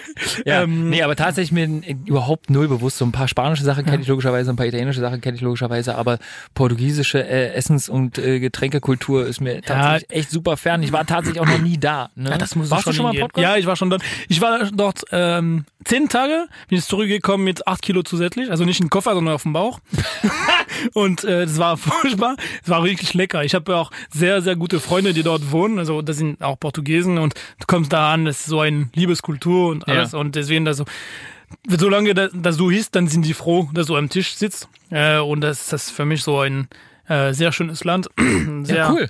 Ja. Ähm, nee, aber tatsächlich mir überhaupt null bewusst. So ein paar spanische Sachen kenne ich logischerweise, ein paar italienische Sachen kenne ich logischerweise, aber portugiesische äh, Essens- und äh, Getränkekultur ist mir tatsächlich echt super fern. Ich war tatsächlich auch noch nie da. Ne? Ja, das muss Warst schon, du schon mal im hingehen. Podcast? Ja, ich war schon dort. Ich war dort ähm, zehn Tage, bin jetzt zurückgekommen mit acht Kilo zusätzlich. Also nicht im Koffer, sondern auf dem Bauch. Und äh, das war furchtbar. Es war wirklich lecker. Ich habe ja auch sehr, sehr gute Freunde, die dort wohnen. Also das sind auch Portugiesen und du kommst da an, das ist so eine Liebeskultur und alles. Ja. Und deswegen, also, solange das, das so ist, dann sind die froh, dass du am Tisch sitzt. Äh, und das ist das für mich so ein äh, sehr schönes Land. Sehr Ja, cool.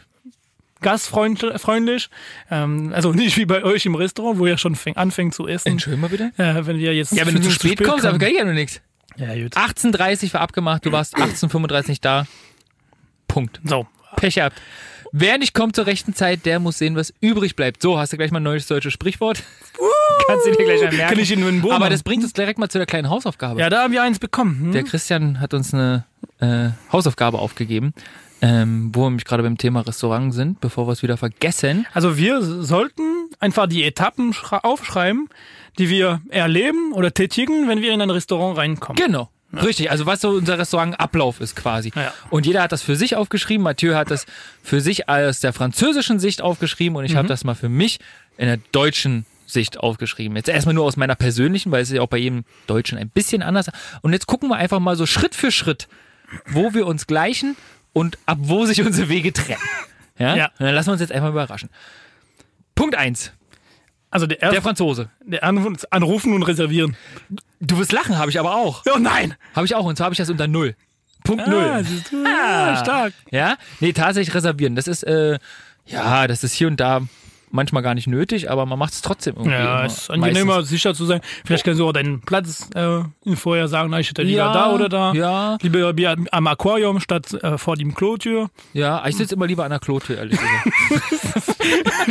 gastfreundlich. Ähm, also nicht wie bei euch im Restaurant, wo ihr schon fäng, anfängt zu essen. Entschuldigung mal bitte. Äh, wenn wir jetzt Ja, wenn du zu fünf spät, kommst, kommen. aber kann ich ja nur nichts. ja, gut. 18.30 war abgemacht, du warst 18.35 nicht da. Punkt. So. Pech gehabt. Wer nicht kommt zur rechten Zeit, der muss sehen, was übrig bleibt. So, hast du gleich mal ein neues deutsches Sprichwort. Kannst du dir gleich mal merken. Kann ich in den Boden Aber machen. das bringt uns direkt mal zu der kleinen Hausaufgabe. Ja, da haben wir eins bekommen. Der Hm? Christian hat uns eine äh, Hausaufgabe aufgegeben, ähm, wo wir mich gerade beim Thema Restaurant sind, bevor wir es wieder vergessen. Also wir sollten einfach die Etappen schra- aufschreiben, die wir erleben oder tätigen, wenn wir in ein Restaurant reinkommen. Genau. Richtig, also was so unser Restaurantablauf ist quasi. Ja. Und jeder hat das für sich aufgeschrieben. Mathieu hat das für sich aus der französischen Sicht aufgeschrieben und ich habe das mal für mich in der deutschen Sicht aufgeschrieben. Jetzt erstmal nur aus meiner persönlichen, weil es ist ja auch bei jedem Deutschen ein bisschen anders. Und jetzt gucken wir einfach mal so Schritt für Schritt, wo wir uns gleichen und ab wo sich unsere Wege trennen. Ja? Ja. Und dann lassen wir uns jetzt einfach mal überraschen. Punkt eins: Also der, der erste, Franzose. der Anruf- Anrufen und Reservieren. Du wirst lachen, habe ich aber auch. Oh nein! Habe ich auch und zwar habe ich das unter Null. Punkt Null. Ah, siehst du, ja, stark. Ja, nee, tatsächlich reservieren. Das ist, äh, ja, das ist hier und da manchmal gar nicht nötig, aber man macht es trotzdem irgendwie. Ja, immer. es ist angenehmer, Meistens. sicher zu sein. Vielleicht kannst du auch deinen Platz äh, vorher sagen, na, ich hätte lieber Ja, da oder da. ja. Lieber Bier am Aquarium statt äh, vor dem Klotür. Ja, ich sitze immer lieber an der Klotür, ehrlich gesagt.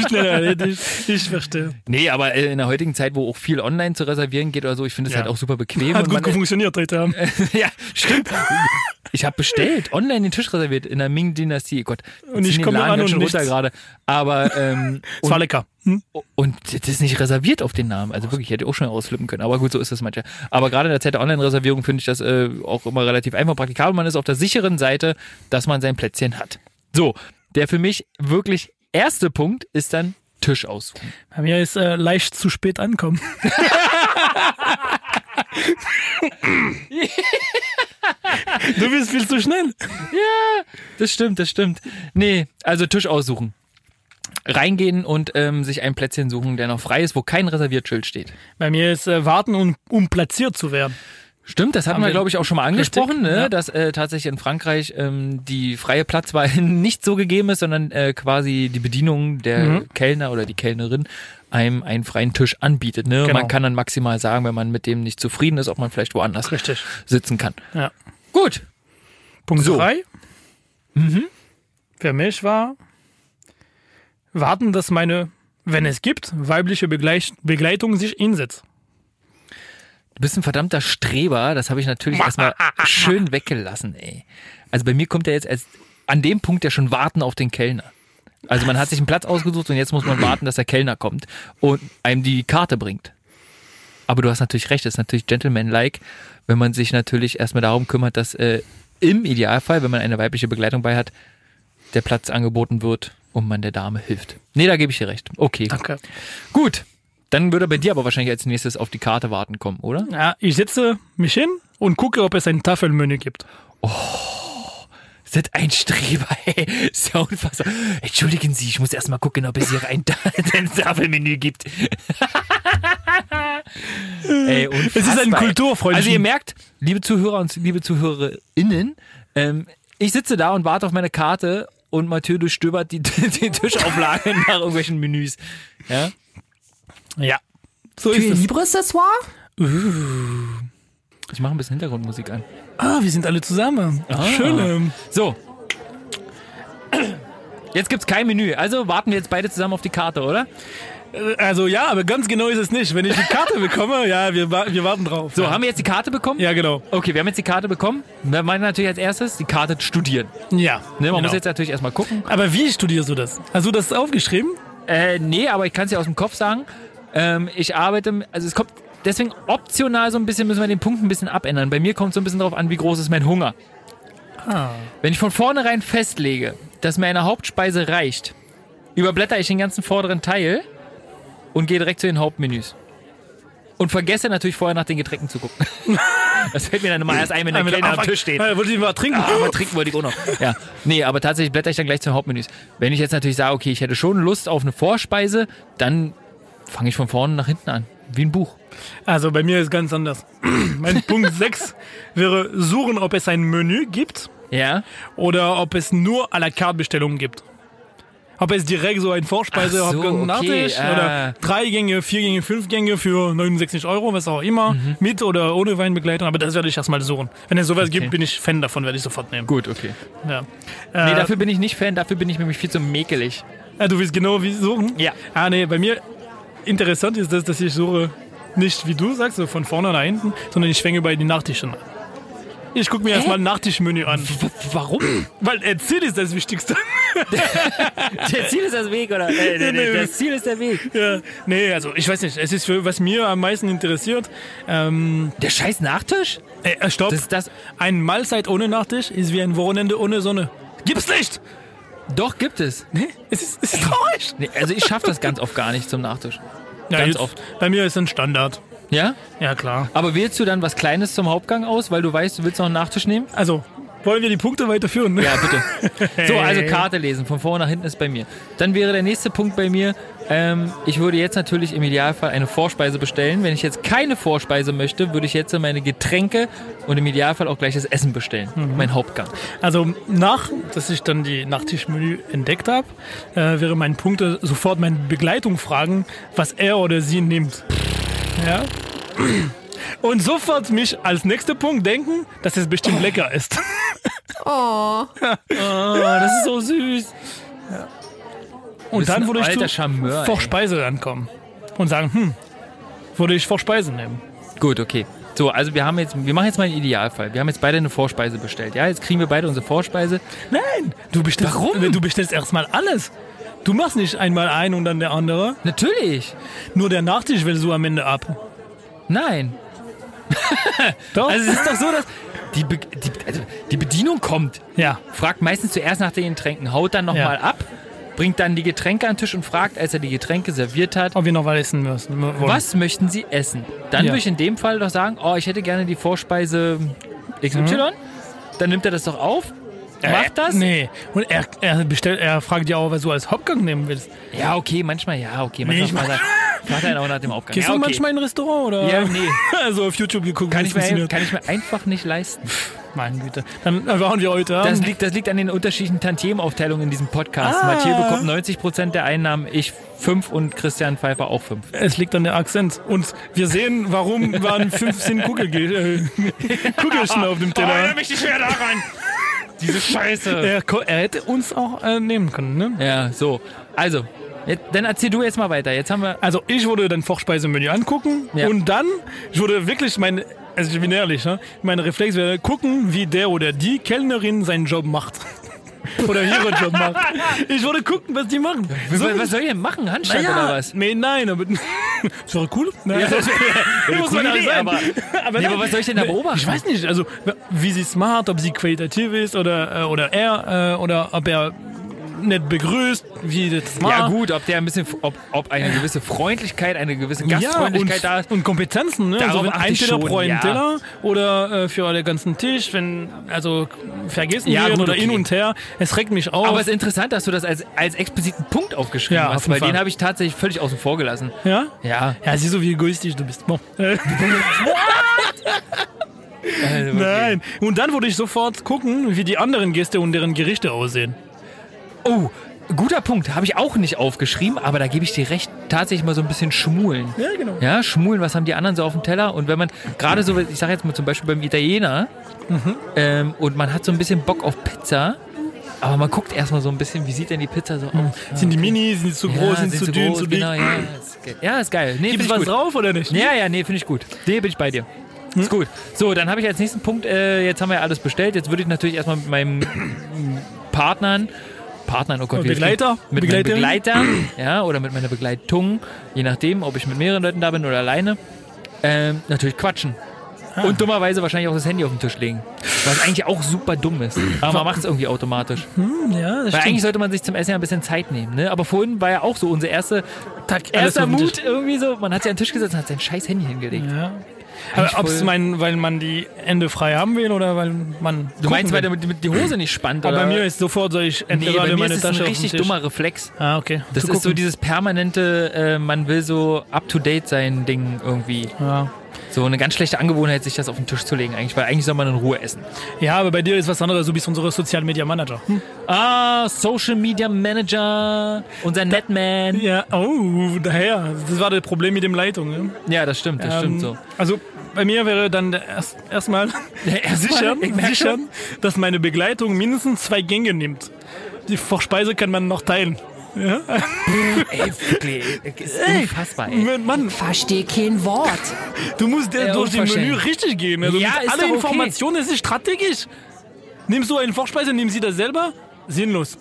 Schneller erledigt. Ich verstehe. nee, aber äh, in der heutigen Zeit, wo auch viel online zu reservieren geht oder so, ich finde es Ja. halt auch super bequem. Hat und gut man, funktioniert heute Abend. ja, stimmt. Ich habe bestellt, online den Tisch reserviert in der Ming-Dynastie. Gott, wir Und ich ziehen den komme Laden an ganz und schön runter nichts. gerade. Aber ähm, Es war lecker. Hm? Und das ist nicht reserviert auf den Namen. Also wirklich, ich hätte auch schon ausflippen können. Aber gut, so ist das manchmal. Aber gerade in der Zeit der Online-Reservierung finde ich das äh, auch immer relativ einfach und praktikabel. Man ist auf der sicheren Seite, dass man sein Plätzchen hat. So, der für mich wirklich erste Punkt ist dann Tisch aussuchen. Bei mir ist äh, leicht zu spät ankommen. du bist viel zu schnell. Das stimmt, das stimmt. Nee, also Tisch aussuchen. Reingehen und ähm, sich ein Plätzchen suchen, der noch frei ist, wo kein Reserviertschild steht. Bei mir ist äh, warten, um, um platziert zu werden. Stimmt, das hatten wir, wir- glaube ich, auch schon mal angesprochen, ne? ja. dass äh, tatsächlich in Frankreich ähm, die freie Platzwahl nicht so gegeben ist, sondern äh, quasi die Bedienung der Mhm. Kellner oder die Kellnerin einem einen freien Tisch anbietet. Ne? Und Genau. Man kann dann maximal sagen, wenn man mit dem nicht zufrieden ist, ob man vielleicht woanders Richtig. sitzen kann. Ja. Gut, Punkt So. 3. Für mich war warten, dass meine, wenn es gibt, weibliche Begleit Begleitung sich hinsetzt. du bist ein verdammter Streber, das habe ich natürlich erstmal schön weggelassen, ey. Also bei mir kommt er jetzt erst an dem Punkt ja schon warten auf den Kellner. Also man hat sich einen Platz ausgesucht und jetzt muss man warten, dass der Kellner kommt und einem die Karte bringt. Aber du hast natürlich recht, das ist natürlich gentleman-like, wenn man sich natürlich erstmal darum kümmert, dass äh, im Idealfall, wenn man eine weibliche Begleitung bei hat, der Platz angeboten wird und man der Dame hilft. Nee, da gebe ich dir recht. Okay. Danke. Gut. Dann würde bei dir aber wahrscheinlich als nächstes auf die Karte warten kommen, oder? Ja, ich setze mich hin und gucke, ob es ein Tafelmenü gibt. Seid ein Streber, ey. Ist ja unfassbar. Entschuldigen Sie, ich muss erst mal gucken, ob es hier ein, Ta- ein Tafelmenü gibt. ey, unfassbar. Es ist ein kulturfreundliches- Also ihr merkt, liebe Zuhörer und liebe ZuhörerInnen, ähm, ich sitze da und warte auf meine Karte und Mathieu durchstöbert die, die Tischauflage nach irgendwelchen Menüs. Ja? Ja. So Für ist es. Libre ce soir? Ich mache ein bisschen Hintergrundmusik an. Ah. Ah, wir sind alle zusammen. Schön. ähm, So. Jetzt gibt's kein Menü. Also warten wir jetzt beide zusammen auf die Karte, oder? Also ja, aber ganz genau ist es nicht. Wenn ich die Karte bekomme, ja, wir, wa- wir warten drauf. So, haben wir jetzt die Karte bekommen? Ja, genau. Okay, wir haben jetzt die Karte bekommen. Dann meinen wir natürlich als erstes die Karte studieren. Ja. Ne, man genau. muss jetzt natürlich erstmal gucken. aber wie studierst du das? Hast du das aufgeschrieben? Äh, nee, aber ich kann es ja aus dem Kopf sagen. Ähm, ich arbeite, also es kommt, deswegen optional so ein bisschen, müssen wir den Punkt ein bisschen abändern. Bei mir kommt so ein bisschen drauf an, wie groß ist mein Hunger. Wenn ich von vornherein festlege, dass mir eine Hauptspeise reicht, überblätter ich den ganzen vorderen Teil und gehe direkt zu den Hauptmenüs. Und vergesse natürlich vorher nach den Getränken zu gucken. Das fällt mir dann immer erst ein, wenn der Kellner am Tisch steht. Wollte ich mal trinken? Ah, aber trinken wollte ich auch noch. Ja. Nee, aber tatsächlich blätter ich dann gleich zum Hauptmenüs. Wenn ich jetzt natürlich sage, okay, ich hätte schon Lust auf eine Vorspeise, dann fange ich von vorne nach hinten an. Wie ein Buch. Also bei mir ist ganz anders. mein Punkt 6 wäre suchen, ob es ein Menü gibt Ja. oder ob es nur à la carte Bestellungen gibt. Ob es direkt so ein Vorspeise, Ach so, ob ein okay, Nachtisch ah. oder drei Gänge, vier Gänge, fünf Gänge für 69 Euro, was auch immer, Mhm. mit oder ohne Weinbegleitung, aber das werde ich erstmal suchen. Wenn es sowas gibt, bin ich Fan davon, werde ich sofort nehmen. Gut, okay. Ja. Nee, Äh, dafür bin ich nicht Fan, dafür bin ich nämlich viel zu mäkelig. Ah, du willst genau wie suchen? Ja. Ah, nee, bei mir interessant ist das, dass ich suche nicht, wie du sagst, so von vorne nach hinten, sondern ich schwenke bei den Nachtischen an. Ich gucke mir erstmal ein Nachtischmenü an. Warum? Weil äh, Ziel ist das Wichtigste. Der Ziel ist das Weg, oder? Äh, der- der- das Ziel ist der Weg. ja. Nee, also ich weiß nicht, es ist für was mir am meisten interessiert. Ähm, Der scheiß Nachtisch? äh, äh, stopp. Das ist das. Ein Mahlzeit ohne Nachtisch ist wie ein Wochenende ohne Sonne. Gibt's nicht! Doch, gibt es. Nee, es ist, es ist traurig. Nee, also ich schaffe das ganz oft gar nicht zum Nachtisch. Ja, Ganz jetzt- oft. Bei mir ist ein Standard. Ja? Ja, klar. Aber wählst du dann was Kleines zum Hauptgang aus, weil du weißt, du willst noch einen Nachtisch nehmen? Also, wollen wir die Punkte weiterführen? Ja, bitte. So, also Karte lesen, von vorne nach hinten ist bei mir. Dann wäre der nächste Punkt bei mir, ähm, ich würde jetzt natürlich im Idealfall eine Vorspeise bestellen. Wenn ich jetzt keine Vorspeise möchte, würde ich jetzt meine Getränke und im Idealfall auch gleich das Essen bestellen. Mein Hauptgang. Also nach, dass ich dann die Nachtischmenü entdeckt habe, äh, wäre mein Punkt äh, sofort meine Begleitung fragen, was er oder sie nimmt. Ja. Und sofort mich als nächster Punkt denken, dass es bestimmt lecker ist. Oh. Ah, Das ist so süß. Und dann würde ich alter zu Charmeur, ey. Vorspeise ankommen und sagen, hm, würde ich Vorspeise nehmen. Gut, okay. So, also wir haben jetzt, wir machen jetzt mal einen Idealfall. Wir haben jetzt beide eine Vorspeise bestellt. Ja, jetzt kriegen wir beide unsere Vorspeise. Nein, du bestellst, Warum? Äh, Du bestellst erstmal alles. Du machst nicht einmal ein und dann der andere. Natürlich. Nur der Nachtisch willst du am Ende ab. Nein. Doch? Also es ist doch so, dass die, Be die, also die Bedienung kommt. ja. fragt meistens zuerst nach den Getränken, haut dann Ja. nochmal mal ab, bringt dann die Getränke an den Tisch und fragt, als er die Getränke serviert hat, Ob wir noch was essen müssen. wollen. was möchten Sie essen? Dann Oh, Ja. würde ich in dem Fall doch sagen, oh, ich hätte gerne die Vorspeise XY. Dann nimmt er das doch auf, macht das. Mhm. Äh, Nee. Und er, er, bestellt, er fragt ja auch, was du als Hauptgang nehmen willst. Ja, okay, manchmal, ja, okay. Manchmal ich fragt er- fragt er dann auch nach dem Aufgang. Gehst ja, du okay. manchmal in ein Restaurant oder? Ja, nee. Also auf YouTube geguckt, Kann wie ich, es mir, funktioniert. kann ich mir einfach nicht leisten. Meine Güte. Dann äh, waren wir heute Das Abend. liegt, das liegt an den unterschiedlichen Tantiemenaufteilungen in diesem Podcast. Ah. Mathieu bekommt 90% der Einnahmen, ich 5 und Christian Pfeiffer auch 5. es liegt an der Akzent. Und wir sehen, warum waren 15 Kugel äh, Kugelchen auf dem Teller. Oh, mich nicht mehr da rein. Diese Scheiße. Er, ko- er hätte uns auch äh, nehmen können, ne? Ja, so. Also, jetzt, dann erzähl du jetzt mal weiter. Jetzt haben wir. Also ich würde dann Vorspeisemenü angucken Ja. und dann ich würde wirklich mein, also ich bin ehrlich, ne? mein Reflex wäre gucken, wie der oder die Kellnerin seinen Job macht. oder ihren Job macht. Ich würde gucken, was die machen. So- was soll ich denn machen? Handstand Naja, oder was? Nee, nein, aber. Das wäre cool. Nein, Ja, das das muss man coole alles Idee, sein. aber- Nee, aber nein, was soll ich denn da nee, beobachten? Ich weiß nicht, also wie sie smart, ob sie qualitativ ist oder, äh, oder er äh, oder ob er nett begrüßt, wie das smart. Ja, gut, ob der ein bisschen. Ob, ob eine gewisse Freundlichkeit, eine gewisse Gastfreundlichkeit ja, da und, ist. und Kompetenzen, ne? Darauf also wenn achte ein ich Teller schon, pro einen ja. Teller oder äh, für den ganzen Tisch, wenn also vergessen Ja, wird gut, oder hin okay. und her, es regt mich auf. Aber es ist interessant, dass du das als, als expliziten Punkt aufgeschrieben Ja, auf hast, jeden weil den Fall. habe ich tatsächlich völlig außen vor gelassen. ja? Ja. Ja, siehst du, wie egoistisch du bist. Bon. Äh, Also, okay. Nein. Und dann würde ich sofort gucken, wie die anderen Gäste und deren Gerichte aussehen. Oh, guter Punkt. Habe ich auch nicht aufgeschrieben, aber da gebe ich dir recht. Tatsächlich mal so ein bisschen schmulen. Ja, genau. Ja, schmulen, was haben die anderen so auf dem Teller? Und wenn man gerade so, ich Mhm. sage jetzt mal zum Beispiel beim Italiener, ähm, und man hat so ein bisschen Bock auf Pizza, Aber man guckt erstmal so ein bisschen, wie sieht denn die Pizza so aus? Sind die mini, sind die zu groß, sind, zu dünn, zu dick? genau, ja, ist ge- ja, ist geil. Nee, Gibt es finde ich was Hm? gut. drauf oder nicht? Ja, ja, nee, finde ich gut. Nee, bin ich bei dir. Ist gut. So, dann habe ich als nächsten Punkt, äh, jetzt haben wir ja alles bestellt. Jetzt würde ich natürlich erstmal mit meinem Partnern, Partnern, oh Gott, wie Begleiter? Mit meinem Begleiterin? Begleiter, ja, oder mit meiner Begleitung, je nachdem, ob ich mit mehreren Leuten da bin oder alleine, ähm, natürlich quatschen. Ah. Und dummerweise wahrscheinlich auch das Handy auf den Tisch legen. Was eigentlich auch super dumm ist. Aber man macht es irgendwie automatisch. Ja, das Weil stimmt. eigentlich sollte man sich zum Essen ja ein bisschen Zeit nehmen, ne? Aber vorhin war ja auch so unser erster, Tack, alles erster auf den Mut Tisch. irgendwie so. Man hat sich an den Tisch gesetzt und hat sein scheiß Handy hingelegt. Ja. Aber ob es voll- äh, mein, weil man die Ende frei haben will oder weil man. Du meinst, weil gucken der will? mit, mit die Hose nicht spannt, Aber oder? bei mir ist sofort so, ich nee, ende bei gerade mir meine ist es Tasche ein auf richtig den Tisch. dummer Reflex. Ah, okay. Das Zu ist so gucken. dieses permanente, äh, man will so up to date sein Ding irgendwie. Ja. So eine ganz schlechte Angewohnheit, sich das auf den Tisch zu legen eigentlich, weil eigentlich soll man in Ruhe essen. ja, aber bei dir ist was anderes. Du bist unsere Social Media Manager. Ah, Social Media Manager, unser Netman. Ja, oh, daher. Das war das Problem mit dem Leitung. Ja? Ja, das stimmt, das Ähm, stimmt so. Also bei mir wäre dann der erst- erstmal sichern, ich merke sichern, dass meine Begleitung mindestens zwei Gänge nimmt. Die Vorspeise kann man noch teilen. Ey, wirklich, ist unfassbar, ey. Mann, Verstehe kein Wort. du musst äh, Ja, durch den unverschämt. Menü richtig gehen. Also Ja, mit ist alle doch okay. Informationen, das ist strategisch. Nimmst du eine Vorspeise, nehmen sie das selber? Sinnlos.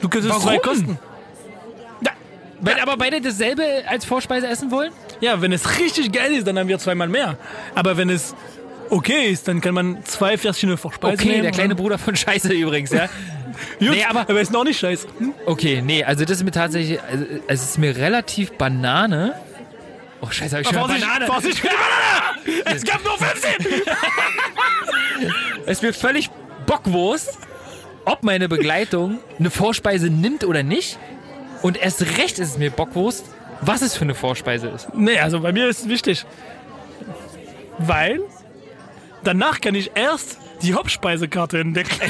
Du könntest Warum? zwei kosten. Wenn aber beide dasselbe als Vorspeise essen wollen? Ja, wenn es richtig geil ist, dann haben wir zweimal mehr. Aber wenn es okay ist, dann kann man zwei verschiedene Vorspeisen Okay, nehmen. Also der kleine Bruder von Scheiße übrigens, ja. Gut, Nee, aber- aber, ist noch nicht scheiße. Okay, nee, also das ist mir tatsächlich, also, es ist mir relativ Banane. Oh Scheiße, hab ich schon eine Banane. Vorsicht mit der Banane! Es gab nur 15! Es ist mir völlig Bockwurst, ob meine Begleitung eine Vorspeise nimmt oder nicht. Und erst recht ist es mir Bockwurst, was es für eine Vorspeise ist. Nee, also bei mir ist es wichtig. Weil danach kann ich erst die Hauptspeisekarte entdecken.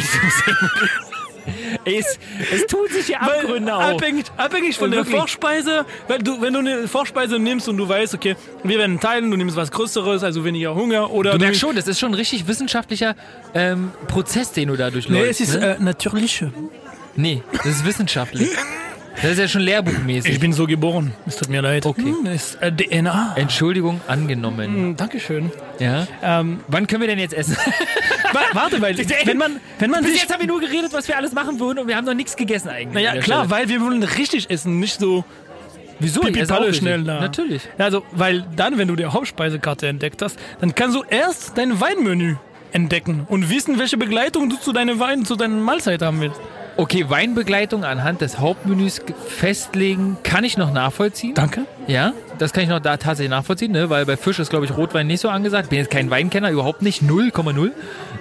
Es, es tun sich ja Weil Abgründe auf. abhängig, abhängig von der Wirklich. Vorspeise, weil du, wenn du eine Vorspeise nimmst und du weißt, okay, wir werden teilen, du nimmst was Größeres, also weniger Hunger oder Du merkst schon, das ist schon ein richtig wissenschaftlicher ähm, Prozess, den du da durchläufst. Nee, es ist ne? äh, natürliche. nee, das ist wissenschaftlich. Das ist ja schon lehrbuchmäßig. Ich bin so geboren, es tut mir leid. Okay. Hm, ist äh, DNA. Entschuldigung angenommen. Hm, Dankeschön. Ja. Ähm, Wann können wir denn jetzt essen? wa- warte, weil wenn man, wenn man Bis sich jetzt haben wir nur geredet, was wir alles machen würden und wir haben noch nichts gegessen eigentlich. an Naja, der klar, Stelle. weil wir wollen richtig essen, nicht so wieso? Ich esse auch pipipalle richtig. schnell da. Natürlich. Ja, Also, weil dann, wenn du die Hauptspeisekarte entdeckt hast, dann kannst du erst dein Weinmenü entdecken und wissen, welche Begleitung du zu deinem Wein, zu deiner Mahlzeit haben willst. Okay, Weinbegleitung anhand des Hauptmenüs ge- festlegen, kann ich noch nachvollziehen. Danke. Ja, das kann ich noch da tatsächlich nachvollziehen, ne? weil bei Fisch ist, glaube ich, Rotwein nicht so angesagt. Bin jetzt kein Weinkenner, überhaupt nicht, 0,0.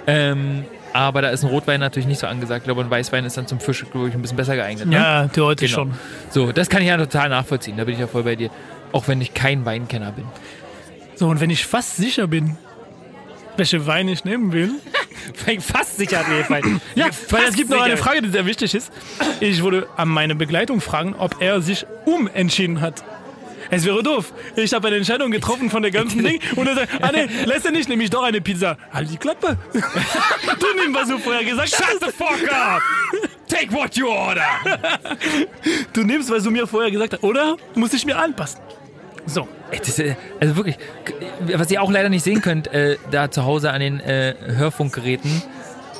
Ähm, aber da ist ein Rotwein natürlich nicht so angesagt. Ich glaube, ein Weißwein ist dann zum Fisch, glaube ich, ein bisschen besser geeignet. Ne? Ja, theoretisch Genau. schon. So, das kann ich ja total nachvollziehen, da bin ich ja voll bei dir. Auch wenn ich kein Weinkenner bin. So, und wenn ich fast sicher bin, welche Wein ich nehmen will. Fast sicher auf jeden Fall. Ja, weil es fast gibt noch eine sicher. Frage, die sehr wichtig ist. Ich würde an meine Begleitung fragen, ob er sich umentschieden hat. Es wäre doof. Ich habe eine Entscheidung getroffen von der ganzen Ding und er sagt, ah nee, lässt er nicht, nehme ich doch eine Pizza. Halt die Klappe. Du nimmst, was du vorher gesagt hast. the fuck up! Take what you order! Du nimmst, was du mir vorher gesagt hast. Oder muss ich mir anpassen? So. Ey, Das, äh, also wirklich, k- was ihr auch leider nicht sehen könnt, äh, da zu Hause an den äh, Hörfunkgeräten,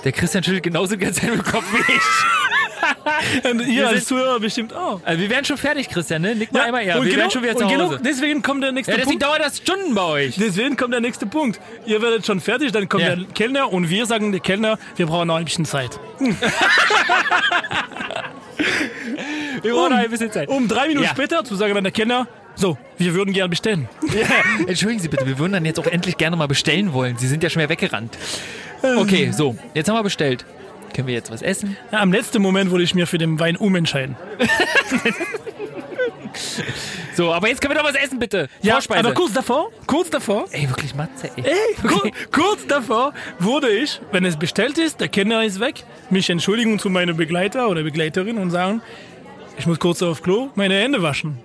der Christian schüttelt genauso ganz seinen Kopf wie ich. Und ihr Wir als sind- Zuhörer bestimmt auch. Also, wir wären schon fertig, Christian, ne? Nick mal einmal ja. und Wir genau, wären schon wieder zu und Hause. Genau, deswegen kommt der nächste ja, deswegen Punkt. dauert das Stunden bei euch. Deswegen kommt der nächste Punkt. Ihr werdet schon fertig, dann kommt Ja. der Kellner und wir sagen der Kellner, wir brauchen noch ein bisschen Zeit. Wir brauchen noch ein bisschen Zeit. Um drei Minuten Ja. später zu sagen dann der Kellner, so, wir würden gerne bestellen. Entschuldigen Sie bitte, wir würden dann jetzt auch endlich gerne mal bestellen wollen. Sie sind ja schon wieder weggerannt. Okay, so, jetzt haben wir bestellt. Können wir jetzt was essen? Ja, am letzten Moment würde ich mir für den Wein umentscheiden. So, aber jetzt können wir doch was essen, bitte. Vorspeise. aber Äh, kurz davor, kurz davor, Ey, wirklich Matze, ey. kur- kurz davor wurde ich, wenn es bestellt ist, der Kellner ist weg, mich entschuldigen zu meinem Begleiter oder Begleiterin und sagen, ich muss kurz auf Klo meine Hände waschen.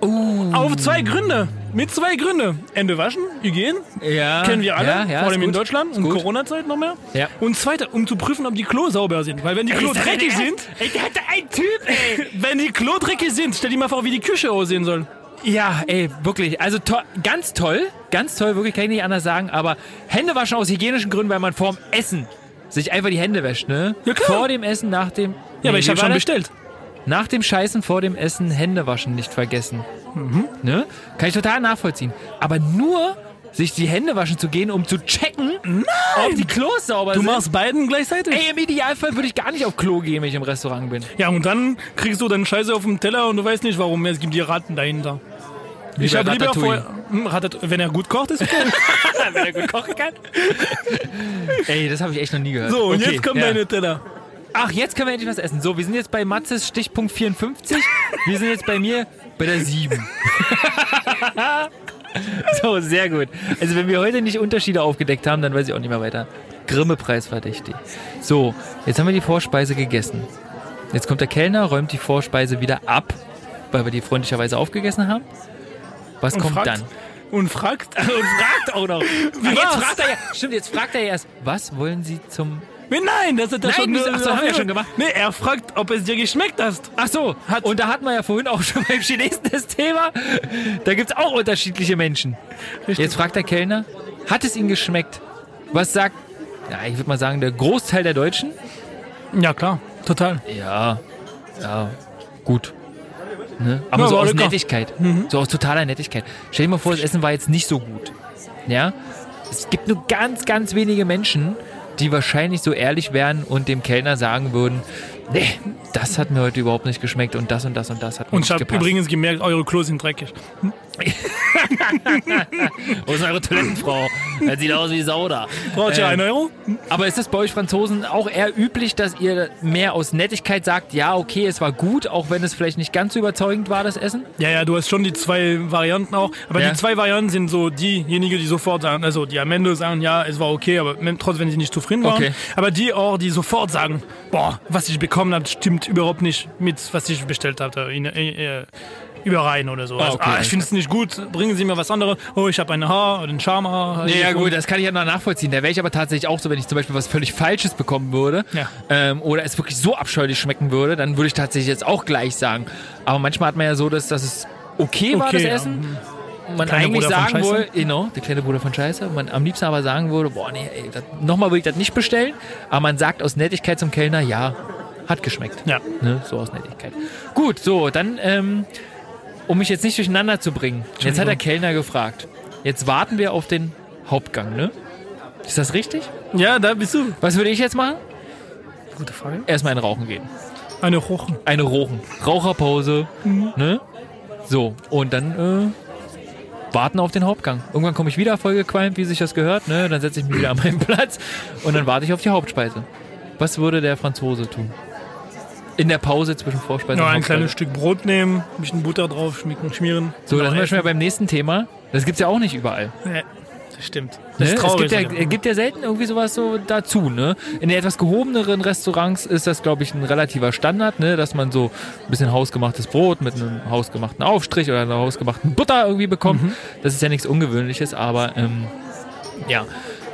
Oh. Auf zwei Gründe. Mit zwei Gründe. Ende waschen, Hygiene, Ja. kennen wir alle, Ah, Ja, ja, vor ist allem in gut. Deutschland, Ist in gut. Corona-Zeit noch mehr. Ja. Und zweiter, um zu prüfen, ob die Klo sauber sind. Weil wenn die Klo dreckig sind, Ey, der hatte ein Typ, ey. wenn die Klo dreckig sind, stell dir mal vor, wie die Küche aussehen soll. Ja, ey, wirklich. Also to ganz toll, ganz toll, wirklich kann ich nicht anders sagen, aber Hände waschen aus hygienischen Gründen, weil man vorm Essen sich einfach die Hände wäscht, ne? Ja, klar. Vor dem Essen, nach dem. Ja, aber ich wie habe war schon das? bestellt. Nach dem Scheißen, vor dem Essen Hände waschen nicht vergessen. Mhm. Ne? Kann ich total nachvollziehen. Aber nur sich die Hände waschen zu gehen, um zu checken, ob die Klos sauber Du sind. machst beiden gleichzeitig. Also- Ey, im Idealfall würde ich gar nicht auf Klo gehen, wenn ich im Restaurant bin. Ja, und dann kriegst du deine Scheiße auf dem Teller und du weißt nicht warum. Es gibt die Ratten dahinter. ich bei habe lieber Ratatouille. vorher. Hm, Ratat- Wenn er gut kocht, ist okay. Wenn er gut kochen kann. Ey, das habe ich echt noch nie gehört. So, und Okay, jetzt kommen ja. deine Teller. Ach, jetzt können wir endlich was essen. So, wir sind jetzt bei Matzes Stichpunkt 54. Wir sind jetzt bei mir bei der 7. so, sehr gut. Also, wenn wir heute nicht Unterschiede aufgedeckt haben, dann weiß ich auch nicht mehr weiter. Grimme-Preis verdächtig. So, jetzt haben wir die Vorspeise gegessen. Jetzt kommt der Kellner, räumt die Vorspeise wieder ab, weil wir die freundlicherweise aufgegessen haben. Was kommt fragt, dann? Und fragt, und fragt auch noch. Ah, Wie jetzt war's? fragt er ja, stimmt, jetzt fragt er ja erst, was wollen Sie zum... Nein, das hat er Nein, schon äh, wieso? Ach so, haben wir ja schon gemacht. Nee, er fragt, ob es dir geschmeckt hast. Ach so, und da hatten wir ja vorhin auch schon beim Chinesen das Thema. Da gibt es auch unterschiedliche Menschen. Jetzt fragt der Kellner, hat es Ihnen geschmeckt? Was sagt, ja, ich würde mal sagen, der Großteil der Deutschen? Ja, klar. Total. Ja, ja, gut. Ne? Aber Ja, so war aus lecker. Mhm. Nettigkeit, so aus totaler Nettigkeit. Stell dir mal vor, das Essen war jetzt nicht so gut. Ja, es gibt nur ganz, ganz wenige Menschen, die wahrscheinlich so ehrlich wären und dem Kellner sagen würden, nee, das hat mir heute überhaupt nicht geschmeckt und das und das und das hat mir Und ich nicht habe gepasst. übrigens gemerkt, eure Klos sind dreckig. Wo ist eure Toilettenfrau? Das sieht aus wie Sauda. Braucht ihr Ähm, einen Euro? Aber ist das bei euch Franzosen auch eher üblich, dass ihr mehr aus Nettigkeit sagt, ja, okay, es war gut, auch wenn es vielleicht nicht ganz so überzeugend war, das Essen? Ja, ja, du hast schon die zwei Varianten auch. Aber Ja. die zwei Varianten sind so diejenigen, die sofort sagen, also die am Ende sagen, ja, es war okay, aber mem- trotzdem, wenn sie nicht zufrieden waren. Okay. Aber die auch, die sofort sagen, boah, was ich bekommen habe, stimmt überhaupt nicht mit, was ich bestellt habe. In, äh, äh, überein oder so. also, okay. ah, ich finde es nicht gut, bringen Sie mir was anderes. Oh, ich habe ein Haar oder ein Schamhaar. Ja, ja Ich- gut, das kann ich ja noch nachvollziehen. Da wäre ich aber tatsächlich auch so, wenn ich zum Beispiel was völlig Falsches bekommen würde Ja. ähm, oder es wirklich so abscheulich schmecken würde, dann würde ich tatsächlich jetzt auch gleich sagen. Aber manchmal hat man ja so, dass, dass es okay, war, Okay, das ja. Essen. Und Man Kleine eigentlich Bruder von sagen Scheiße. wollte, genau, der kleine Bruder von Scheiße, man am liebsten aber sagen würde, boah, nee, ey, das- nochmal würde ich das nicht bestellen, aber man sagt aus Nettigkeit zum Kellner, ja, hat geschmeckt. Ja. Ne, so aus Nettigkeit. Gut, so, dann, ähm, um mich jetzt nicht durcheinander zu bringen, jetzt hat der Kellner gefragt. Jetzt warten wir auf den Hauptgang, ne? Ist das richtig? Ja, da bist du. Was würde ich jetzt machen? Gute Frage. Erstmal ein Rauchen gehen. Eine Rochen. Eine Rochen. Raucherpause, ne? So, und dann, äh, warten auf den Hauptgang. Irgendwann komme ich wieder vollgequalmt, wie sich das gehört, ne? Dann setze ich mich wieder an meinen Platz und dann warte ich auf die Hauptspeise. Was würde der Franzose tun? In der Pause zwischen Vorspeise Nur und ein Hauptspeise. kleines Stück Brot nehmen, ein bisschen Butter drauf, schmieren, schmieren. So, dann Noch sind wir schon essen. wieder beim nächsten Thema. Das gibt's ja auch nicht überall. Ja, das stimmt. Das Ne? ist traurig. es gibt sogar. ja, gibt ja selten irgendwie sowas so dazu. Ne? In den etwas gehobeneren Restaurants ist das, glaube ich, ein relativer Standard, ne? dass man so ein bisschen hausgemachtes Brot mit einem hausgemachten Aufstrich oder einer hausgemachten Butter irgendwie bekommt. Mhm. Das ist ja nichts Ungewöhnliches, aber ähm, ja.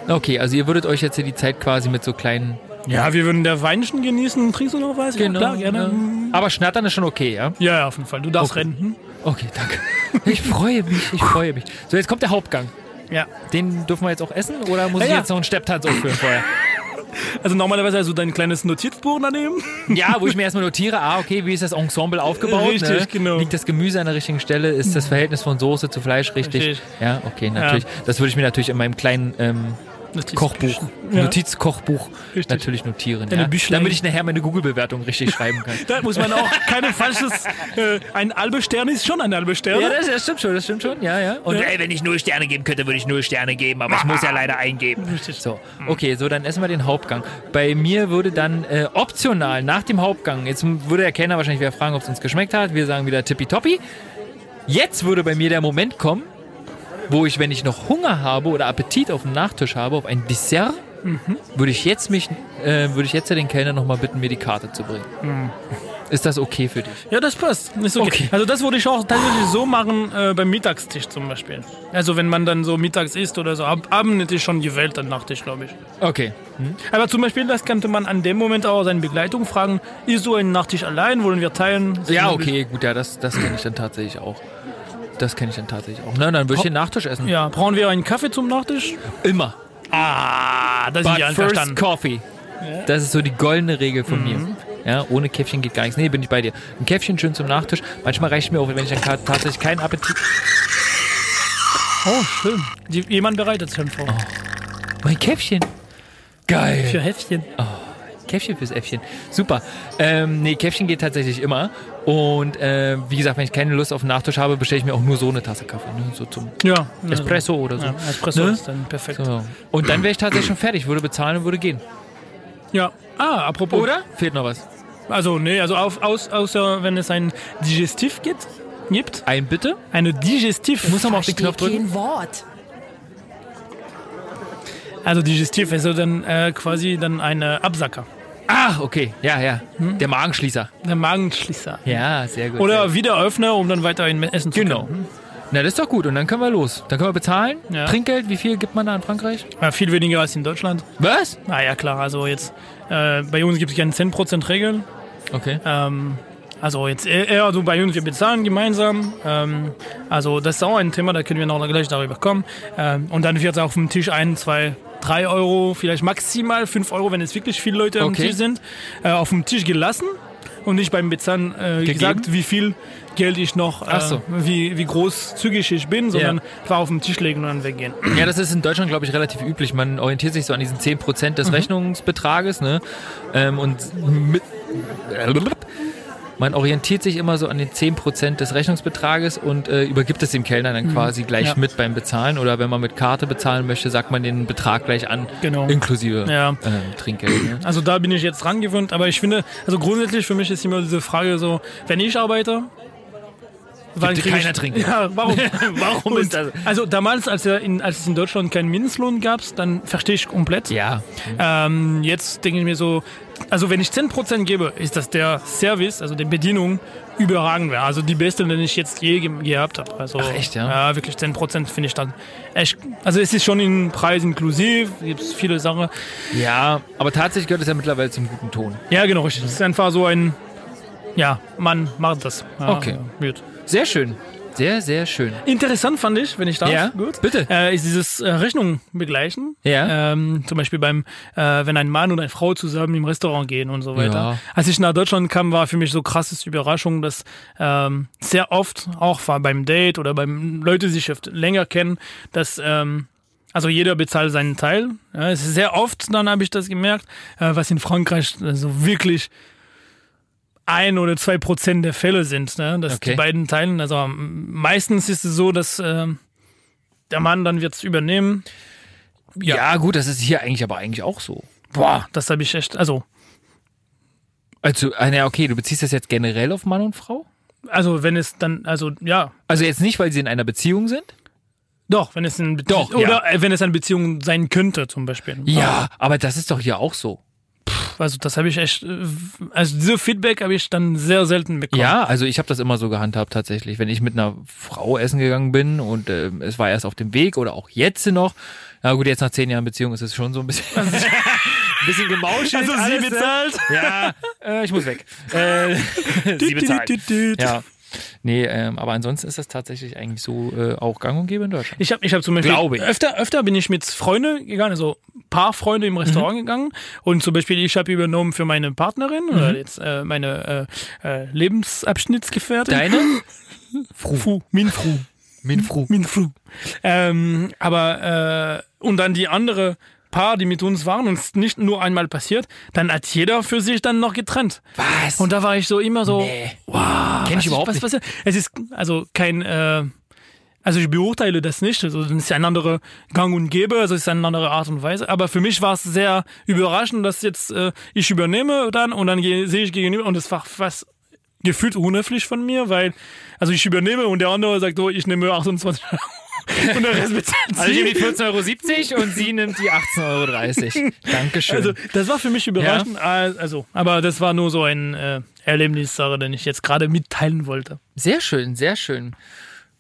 Okay, also ihr würdet euch jetzt hier die Zeit quasi mit so kleinen... Ja, wir würden der Weinchen genießen. Trinkst du noch was? ja, klar, gerne. ne? Aber schnattern ist schon okay, ja? Ja, ja, auf jeden Fall. Du darfst Okay. rennen. Okay, danke. Ich freue mich, ich freue mich. So, jetzt kommt der Hauptgang. Ja. Den dürfen wir jetzt auch essen oder muss Ja, ich ja. jetzt noch einen Stepptanz aufführen vorher? Also normalerweise hast du dein kleines Notizbuch daneben. Ja, wo ich mir erstmal notiere, ah, okay, wie ist das Ensemble aufgebaut? Richtig, ne? genau. Liegt das Gemüse an der richtigen Stelle? Ist das Verhältnis von Soße zu Fleisch richtig? Richtig. Ja, okay, natürlich. Das würde ich mir natürlich in meinem kleinen ähm, Kochbuch, Ja. Notizkochbuch Richtig. natürlich notieren. Deine Ja? Büchlein. Damit ich nachher meine Google-Bewertung richtig schreiben kann. Da muss man auch keine falsches... Äh, ein halber Stern ist schon ein halber Stern. Ja, das, das stimmt schon, das stimmt schon, ja, ja. Und Ja. ey, wenn ich null Sterne geben könnte, würde ich null Sterne geben, aber ich muss ja leider eingeben. So, okay, so, dann essen wir den Hauptgang. Bei mir würde dann äh, optional nach dem Hauptgang, jetzt würde der Kellner wahrscheinlich wieder fragen, ob es uns geschmeckt hat, wir sagen wieder tippitoppi. Jetzt würde bei mir der Moment kommen, wo ich, wenn ich noch Hunger habe oder Appetit auf den Nachtisch habe, auf ein Dessert, würde ich jetzt mich, äh, würde ich jetzt ja den Kellner nochmal bitten, mir die Karte zu bringen. Ist das okay für dich? Ja, das passt. Ist okay. Okay. Also das würde ich auch tatsächlich so machen äh, beim Mittagstisch zum Beispiel. Also wenn man dann so mittags isst oder so. Ab Abend ist schon gewählt, dann Nachtisch, glaube ich. Okay. Aber zum Beispiel, das könnte man an dem Moment auch seine Begleitung fragen. Ist so ein Nachtisch allein? Wollen wir teilen? Ja, okay, gut, ja, das, das kenne ich dann tatsächlich auch. Das kenne ich dann tatsächlich auch. Na, dann würde ich den Nachtisch essen. Ja, brauchen wir einen Kaffee zum Nachtisch? Immer. Ah, das ist But nicht first einverstanden. coffee. Das ist so die goldene Regel von Mhm. mir. Ja, ohne Käffchen geht gar nichts. Nee, bin ich bei dir. Ein Käffchen schön zum Nachtisch. Manchmal reicht mir auch, wenn ich dann ka- tatsächlich keinen Appetit. Oh, schön. Die, jemand bereitet es schon vor. Oh. Mein Käffchen. Geil. Für Heftchen. Käffchen fürs Äffchen. Super. Ähm, nee, Käffchen geht tatsächlich immer. Und äh, wie gesagt, wenn ich keine Lust auf einen Nachtisch habe, bestelle ich mir auch nur so eine Tasse Kaffee. Ne? So zum Ja. Espresso oder so. Ja, Espresso Ne? ist dann perfekt. so. Und dann wäre ich tatsächlich schon fertig, würde bezahlen und würde gehen. Ja. Ah, apropos. Oder? Fehlt noch was. Also, nee, also auf, aus, außer wenn es ein Digestiv gibt. gibt. Ein bitte. Eine Digestiv. Muss man auf den Knopf drücken. Kein Wort. Also Digestiv ist so dann äh, quasi dann eine Absacker. Ah, okay. Ja, ja. Der Magenschließer. Der Magenschließer. Hm. Ja, sehr gut. Oder Wiederöffner, um dann weiterhin essen zu Genau. können. Na, das ist doch gut. Und dann können wir los. Dann können wir bezahlen. Ja. Trinkgeld, wie viel gibt man da in Frankreich? Hm? Ja, viel weniger als in Deutschland. Was? Na ja, klar, also jetzt äh, bei uns gibt es gerne 10% Regeln. Okay. Ähm, also jetzt eher eher so bei uns, wir bezahlen gemeinsam. Ähm, also das ist auch ein Thema, da können wir noch gleich darüber kommen. Ähm, und dann wird es auf dem Tisch ein, zwei, drei Euro, vielleicht maximal fünf Euro, wenn es wirklich viele Leute am Okay. Tisch sind, äh, auf dem Tisch gelassen. Und nicht beim Bezahlen äh, Gegeben? gesagt, wie viel Geld ich noch, äh, Ach so. wie, wie großzügig ich bin, sondern Ja. einfach auf den Tisch legen und dann weggehen. Ja, das ist in Deutschland, glaube ich, relativ üblich. Man orientiert sich so an diesen 10% Mhm. des Rechnungsbetrages, ne? Ähm, und mit, man orientiert sich immer so an den 10% des Rechnungsbetrages und äh, übergibt es dem Kellner dann quasi gleich Mhm. Ja. mit beim Bezahlen. Oder wenn man mit Karte bezahlen möchte, sagt man den Betrag gleich an, Genau. inklusive Ja. äh, Trinkgeld. Ne? Also da bin ich jetzt dran gewöhnt, aber ich finde, also grundsätzlich für mich ist immer diese Frage so, wenn ich arbeite, wann Gibt krieg keiner ich, Trinkgeld. Ja, warum? Warum Und, also damals, als, er in, als es in Deutschland keinen Mindestlohn gab, dann verstehe ich komplett. Ja, Ähm, jetzt denke ich mir so, also wenn ich 10% gebe, ist das der Service, also die Bedienung, überragend wäre. Also die beste, den ich jetzt je ge gehabt habe. Also, Ach, echt, ja? Ja, wirklich 10% finde ich dann echt. Also es ist schon in Preis inklusiv, gibt es viele Sachen. ja, aber tatsächlich gehört es ja mittlerweile zum guten Ton. Ja, genau, richtig. Das ist einfach so ein. Ja, Mann, macht das. Ja, Okay. Gut. Sehr schön. Sehr, sehr schön. Interessant fand ich, wenn ich darf. Ja, gut. bitte. Äh, ist dieses äh, Rechnung begleichen. Ja. Ähm, zum Beispiel beim, äh, wenn ein Mann und eine Frau zusammen im Restaurant gehen und so weiter. Ja. Als ich nach Deutschland kam, war für mich so krasses Überraschung, dass ähm, sehr oft, auch war beim Date oder beim Leute, die sich schon länger kennen, dass ähm, also jeder bezahlt seinen Teil. Ja, es ist sehr oft, dann habe ich das gemerkt, äh, was in Frankreich äh, so wirklich ein oder zwei Prozent der Fälle sind, ne? dass Okay. die beiden teilen. Also am- meistens ist es so, dass ähm, der Mann dann wird's übernehmen. Ja. gut, das ist hier eigentlich aber eigentlich auch so. Boah, das habe ich echt. Also, Also, ah, na, okay, du beziehst das jetzt generell auf Mann und Frau? also wenn es dann, also ja, Also jetzt nicht, weil sie in einer Beziehung sind? doch, wenn es in Bezie- Doch, ja. oder äh, wenn es eine Beziehung sein könnte zum Beispiel. Ja, Ah. aber das ist doch hier auch so. Also das habe ich echt. äh, Also diese Feedback habe ich dann sehr selten bekommen. Ja, also ich habe das immer so gehandhabt tatsächlich. Wenn ich mit einer Frau essen gegangen bin und ähm, es war erst auf dem Weg oder auch jetzt noch. Na gut, jetzt nach zehn Jahren Beziehung ist es schon so ein bisschen, ein bisschen gemauschelt. Also sie alles, ne? bezahlt. Ja, äh, ich muss weg. Äh, sie bezahlt. Ja. Nee, ähm, aber ansonsten ist das tatsächlich eigentlich so äh, auch gang und gäbe in Deutschland. Ich habe ich hab zum Beispiel Glaube ich. Öfter, öfter bin ich mit Freunden gegangen, also paar Freunde im Restaurant Mhm. gegangen und zum Beispiel ich habe übernommen für meine Partnerin Mhm. oder jetzt äh, meine äh, äh, Lebensabschnittsgefährtin. Deine? Fru. Fru. Min Fru. Min Fru. Min Fru. Ähm, aber äh, und dann die andere Paar, die mit uns waren und es nicht nur einmal passiert, dann hat jeder für sich dann noch getrennt. Was? Und da war ich so immer so, Nee. Kenn ich was überhaupt was nicht. passiert? Es ist also kein, äh, also ich beurteile das nicht. Also es ist eine andere Gang und Gäbe, also es ist eine andere Art und Weise. Aber für mich war es sehr überraschend, dass jetzt äh, ich übernehme dann und dann gehe- sehe ich gegenüber und es war was gefühlt unhöflich von mir, weil also ich übernehme und der andere sagt, oh, ich nehme 28 Euro. Und der Rest bezahlt Also ich sie. nehme die 14,70 Euro und sie nimmt die 18,30 Euro. Dankeschön. Also, das war für mich überraschend. Also, aber das war nur so ein äh, Erlebnissache, den ich jetzt gerade mitteilen wollte. Sehr schön, sehr schön.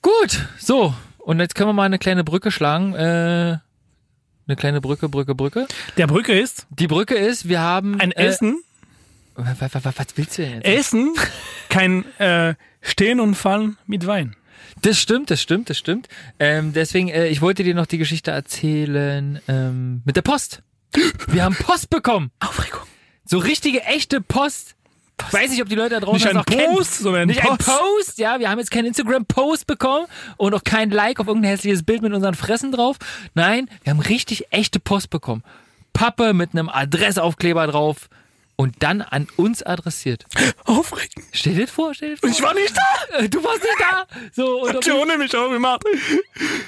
Gut, so. Und jetzt können wir mal eine kleine Brücke schlagen. Äh, eine kleine Brücke, Brücke, Brücke. Der Brücke ist Die Brücke ist, wir haben. ein äh, Essen. Äh, wa- wa- wa- Was willst du denn jetzt? Essen, kein äh, Stehen und Fallen mit Wein. Das stimmt, das stimmt, das stimmt. Ähm, deswegen, äh, ich wollte dir noch die Geschichte erzählen ähm, mit der Post. Wir haben Post bekommen. Aufregung. So richtige, echte Post. Ich weiß nicht, ob die Leute da draußen Nicht das ein noch kennen. Post, sondern ein Nicht ein Post. Post, ja. Wir haben jetzt keinen Instagram-Post bekommen und auch kein Like auf irgendein hässliches Bild mit unseren Fressen drauf. Nein, wir haben richtig echte Post bekommen. Pappe mit einem Adressaufkleber drauf und dann an uns adressiert. Aufregen. Stell dir das vor, stell dir das vor. Ich war nicht da. Äh, Du warst nicht da. So, und Die ohne mich aufgemacht.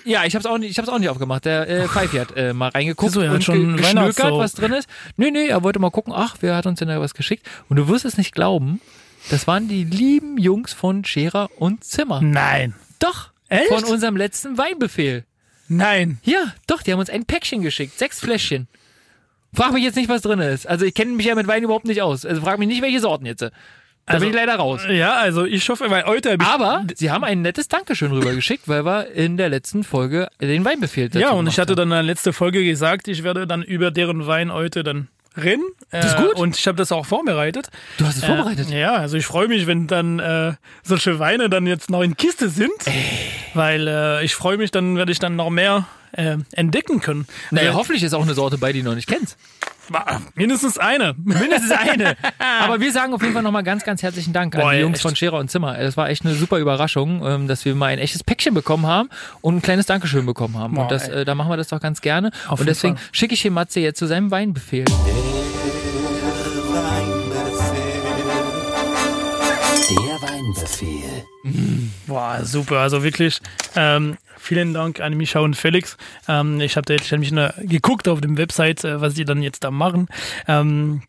ja, ich hab's auch nicht, ich hab's auch nicht aufgemacht. Der äh, Pfeifi hat äh, mal reingeguckt So, er hat und schon schon geschnökert, Weihnachtssau. was drin ist. Nee, nee, er wollte mal gucken, ach, wer hat uns denn da was geschickt? Und du wirst es nicht glauben, das waren die lieben Jungs von Scherer und Zimmer. Nein. Doch, Hm. Echt? von unserem letzten Weinbefehl. Nein. Ja, doch, die haben uns ein Päckchen geschickt, sechs Fläschchen. Frag mich jetzt nicht, was drin ist. Also ich kenne mich ja mit Wein überhaupt nicht aus. Also frag mich nicht, welche Sorten jetzt. Da Also- bin ich leider raus. Ja, also ich hoffe, weil heute hab ich Aber sie haben ein nettes Dankeschön rübergeschickt, weil wir in der letzten Folge den Weinbefehl dazu Ja, und ich gemacht hatte dann in der letzten Folge gesagt, ich werde dann über deren Wein heute dann reden. Das ist gut. Und ich habe das auch vorbereitet. haben. Du hast es vorbereitet. Äh, ja, also ich freue mich, wenn dann äh, solche Weine dann jetzt noch in Kiste sind. Weil äh, ich freue mich, dann werde ich dann noch mehr äh, entdecken können. Naja, Äh, hoffentlich ist auch eine Sorte bei, die du noch nicht kennst. mindestens eine. Mindestens eine. Aber wir sagen auf jeden Fall nochmal ganz, ganz herzlichen Dank Boah, an die Jungs echt. von Scherer und Zimmer. Das war echt eine super Überraschung, ähm, dass wir mal ein echtes Päckchen bekommen haben und ein kleines Dankeschön bekommen haben. Boah, und das, äh, da machen wir das doch ganz gerne. und jeden deswegen Fall. schicke ich hier Matze jetzt zu seinem Weinbefehl. Der Weinbefehl. Boah, super. Also wirklich, ähm, vielen Dank an Micha und Felix. Ähm, ich habe da jetzt nämlich nur geguckt auf dem Website, äh, was die dann jetzt da machen. Ähm,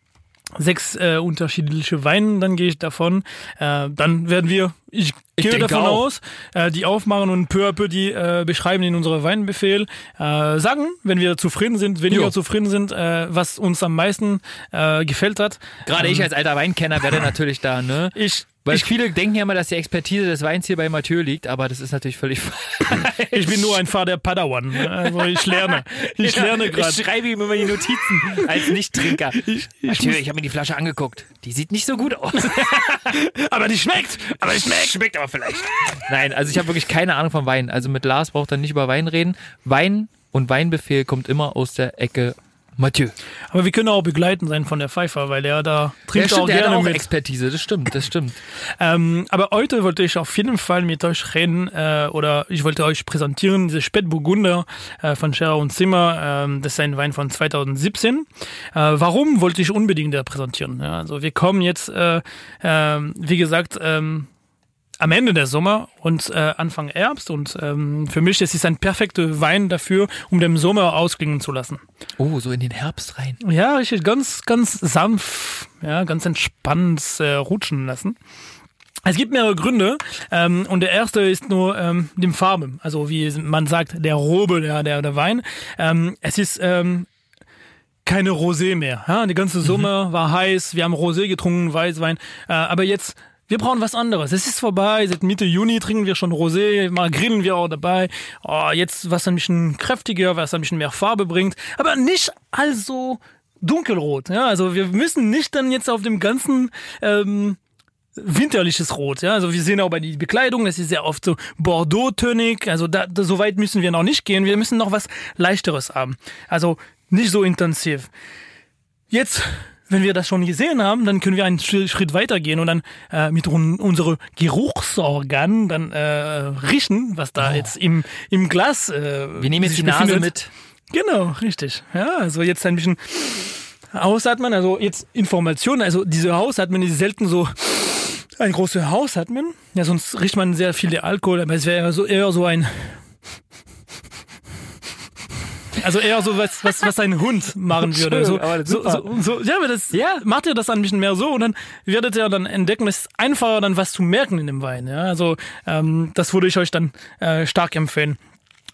sechs äh, unterschiedliche Weine, dann gehe ich davon. Äh, dann werden wir, ich, gehe denke davon auch. aus, äh, die aufmachen und peu à peu die äh, beschreiben in unserem Weinbefehl. Äh, sagen, wenn wir zufrieden sind, weniger Jo. zufrieden sind, äh, was uns am meisten äh, gefällt hat. Gerade ich als alter Weinkenner werde natürlich da, ne? Ich, Weil Mhm. ich, viele denken ja immer, dass die Expertise des Weins hier bei Mathieu liegt, aber das ist natürlich völlig falsch. ich bin nur ein Fahrer der Padawan. ne? Also ich lerne. Ich lerne gerade. Ich schreibe ihm immer die Notizen als Nicht-Trinker. Mathieu, ich habe mir die Flasche angeguckt. Die sieht nicht so gut aus. Aber die schmeckt. Aber die schmeckt. Schmeckt aber vielleicht. Nein, also ich habe wirklich keine Ahnung von Wein. Also mit Lars braucht er nicht über Wein reden. Wein und Weinbefehl kommt immer aus der Ecke Mathieu. Aber wir können auch begleiten sein von der Pfeiffer, weil der da trinkt auch der hat gerne auch mit. Expertise, das stimmt, das stimmt. Ähm, aber heute wollte ich auf jeden Fall mit euch reden äh, oder ich wollte euch präsentieren diese Spätburgunder äh, von Scherer und Zimmer. Ähm, das ist ein Wein von 2017. Äh, warum wollte ich unbedingt da präsentieren? Ja, also wir kommen jetzt, äh, ähm, wie gesagt, ähm, am Ende der Sommer und äh, Anfang Herbst und ähm, für mich das ist ein perfekter Wein dafür, um den Sommer ausklingen zu lassen. Oh, so in den Herbst rein. Ja, richtig, ganz, ganz sanft, ja, ganz entspannt äh, rutschen lassen. Es gibt mehrere Gründe ähm, und der erste ist nur ähm, die Farbe, also wie man sagt, der Robe, der, der, der Wein. Ähm, es ist ähm, keine Rosé mehr. Ja? Die ganze Summe war heiß, wir haben Rosé getrunken, Weißwein, äh, aber jetzt, wir brauchen was anderes. Es ist vorbei, seit Mitte Juni trinken wir schon Rosé, mal grillen wir auch dabei. Oh, jetzt was ein bisschen kräftiger, was ein bisschen mehr Farbe bringt, aber nicht also dunkelrot. Ja? Also wir müssen nicht dann jetzt auf dem ganzen... Ähm, winterliches Rot. Ja? Also wir sehen auch bei der Bekleidung, das ist sehr oft so Bordeaux-tönig. Also da, da, so weit müssen wir noch nicht gehen. Wir müssen noch was Leichteres haben. Also nicht so intensiv. Jetzt, wenn wir das schon gesehen haben, dann können wir einen Schri- Schritt weitergehen und dann äh, mit un unsere Geruchsorganen dann äh, riechen, was da jetzt im, im Glas äh, Oh. Wir nehmen jetzt sich die Nase befindet. mit. Genau, richtig. Ja, also jetzt ein bisschen Hausatmen, also jetzt Informationen, also diese Hausatmen ist selten so ein großer Hausatmen. Ja, sonst riecht man sehr viel Alkohol, aber es wäre so eher so ein also eher so was, was, was ein Hund machen würde. So, Schön, aber das ist so, so, so, ja, aber das macht ihr das dann ein bisschen mehr so und dann werdet ihr dann entdecken, es ist einfacher, dann was zu merken in dem Wein. Ja? Also ähm, das würde ich euch dann äh, stark empfehlen.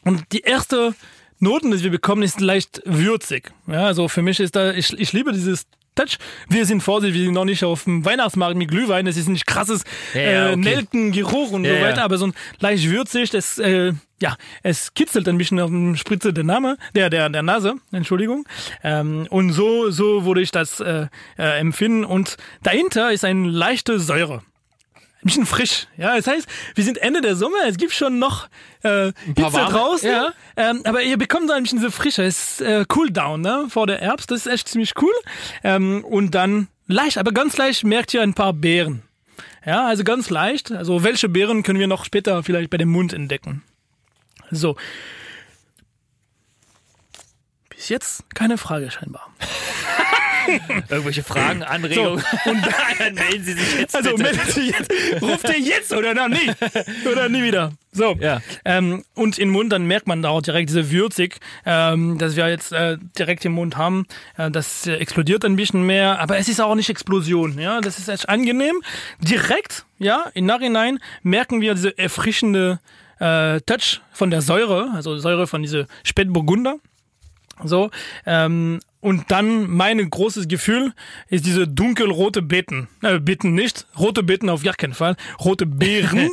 Und die erste Noten, die wir bekommen, ist leicht würzig. Ja, also für mich ist da, ich, ich liebe dieses Touch. Wir sind vorsichtig, wir sind noch nicht auf dem Weihnachtsmarkt mit Glühwein. Es ist nicht krasses ja, äh, okay. Nelkengeruch und Ja, so ja. weiter, aber so ein leicht würzig, das, äh, ja, es kitzelt ein bisschen auf dem Spritze der Name, der, der, der Nase, Entschuldigung. Ähm, und so, so würde ich das äh, äh, empfinden. Und dahinter ist eine leichte Säure. Ein bisschen frisch. Ja, das heißt, wir sind Ende der Sommer, es gibt schon noch äh, Hitze warme- draußen. Ja. Ähm, aber ihr bekommt da ein bisschen so frischer. Es ist äh, Cooldown ne? vor der Herbst. Das ist echt ziemlich cool. Ähm, und dann leicht, aber ganz leicht merkt ihr ein paar Beeren. Ja, also ganz leicht. Also welche Beeren können wir noch später vielleicht bei dem Mund entdecken? So. Bis jetzt keine Frage scheinbar. Irgendwelche Fragen, Anregungen. Und dann melden Sie sich jetzt. Also bitte. meldet ihr jetzt, ruft ihr jetzt oder noch nie? Oder nie wieder. So. Ja. Ähm, und im Mund, dann merkt man da auch direkt diese würzig, ähm, dass wir jetzt äh, direkt im Mund haben. Äh, das äh, explodiert ein bisschen mehr, aber es ist auch nicht Explosion. Ja, das ist echt angenehm. Direkt, ja, im Nachhinein merken wir diese erfrischende äh, Touch von der Säure, also Säure von diese Spätburgunder. So. Ähm, und dann mein großes Gefühl ist diese dunkelrote Beeten. Äh, Beeten nicht. Rote Beeten auf gar keinen Fall. Rote Beeren. Ein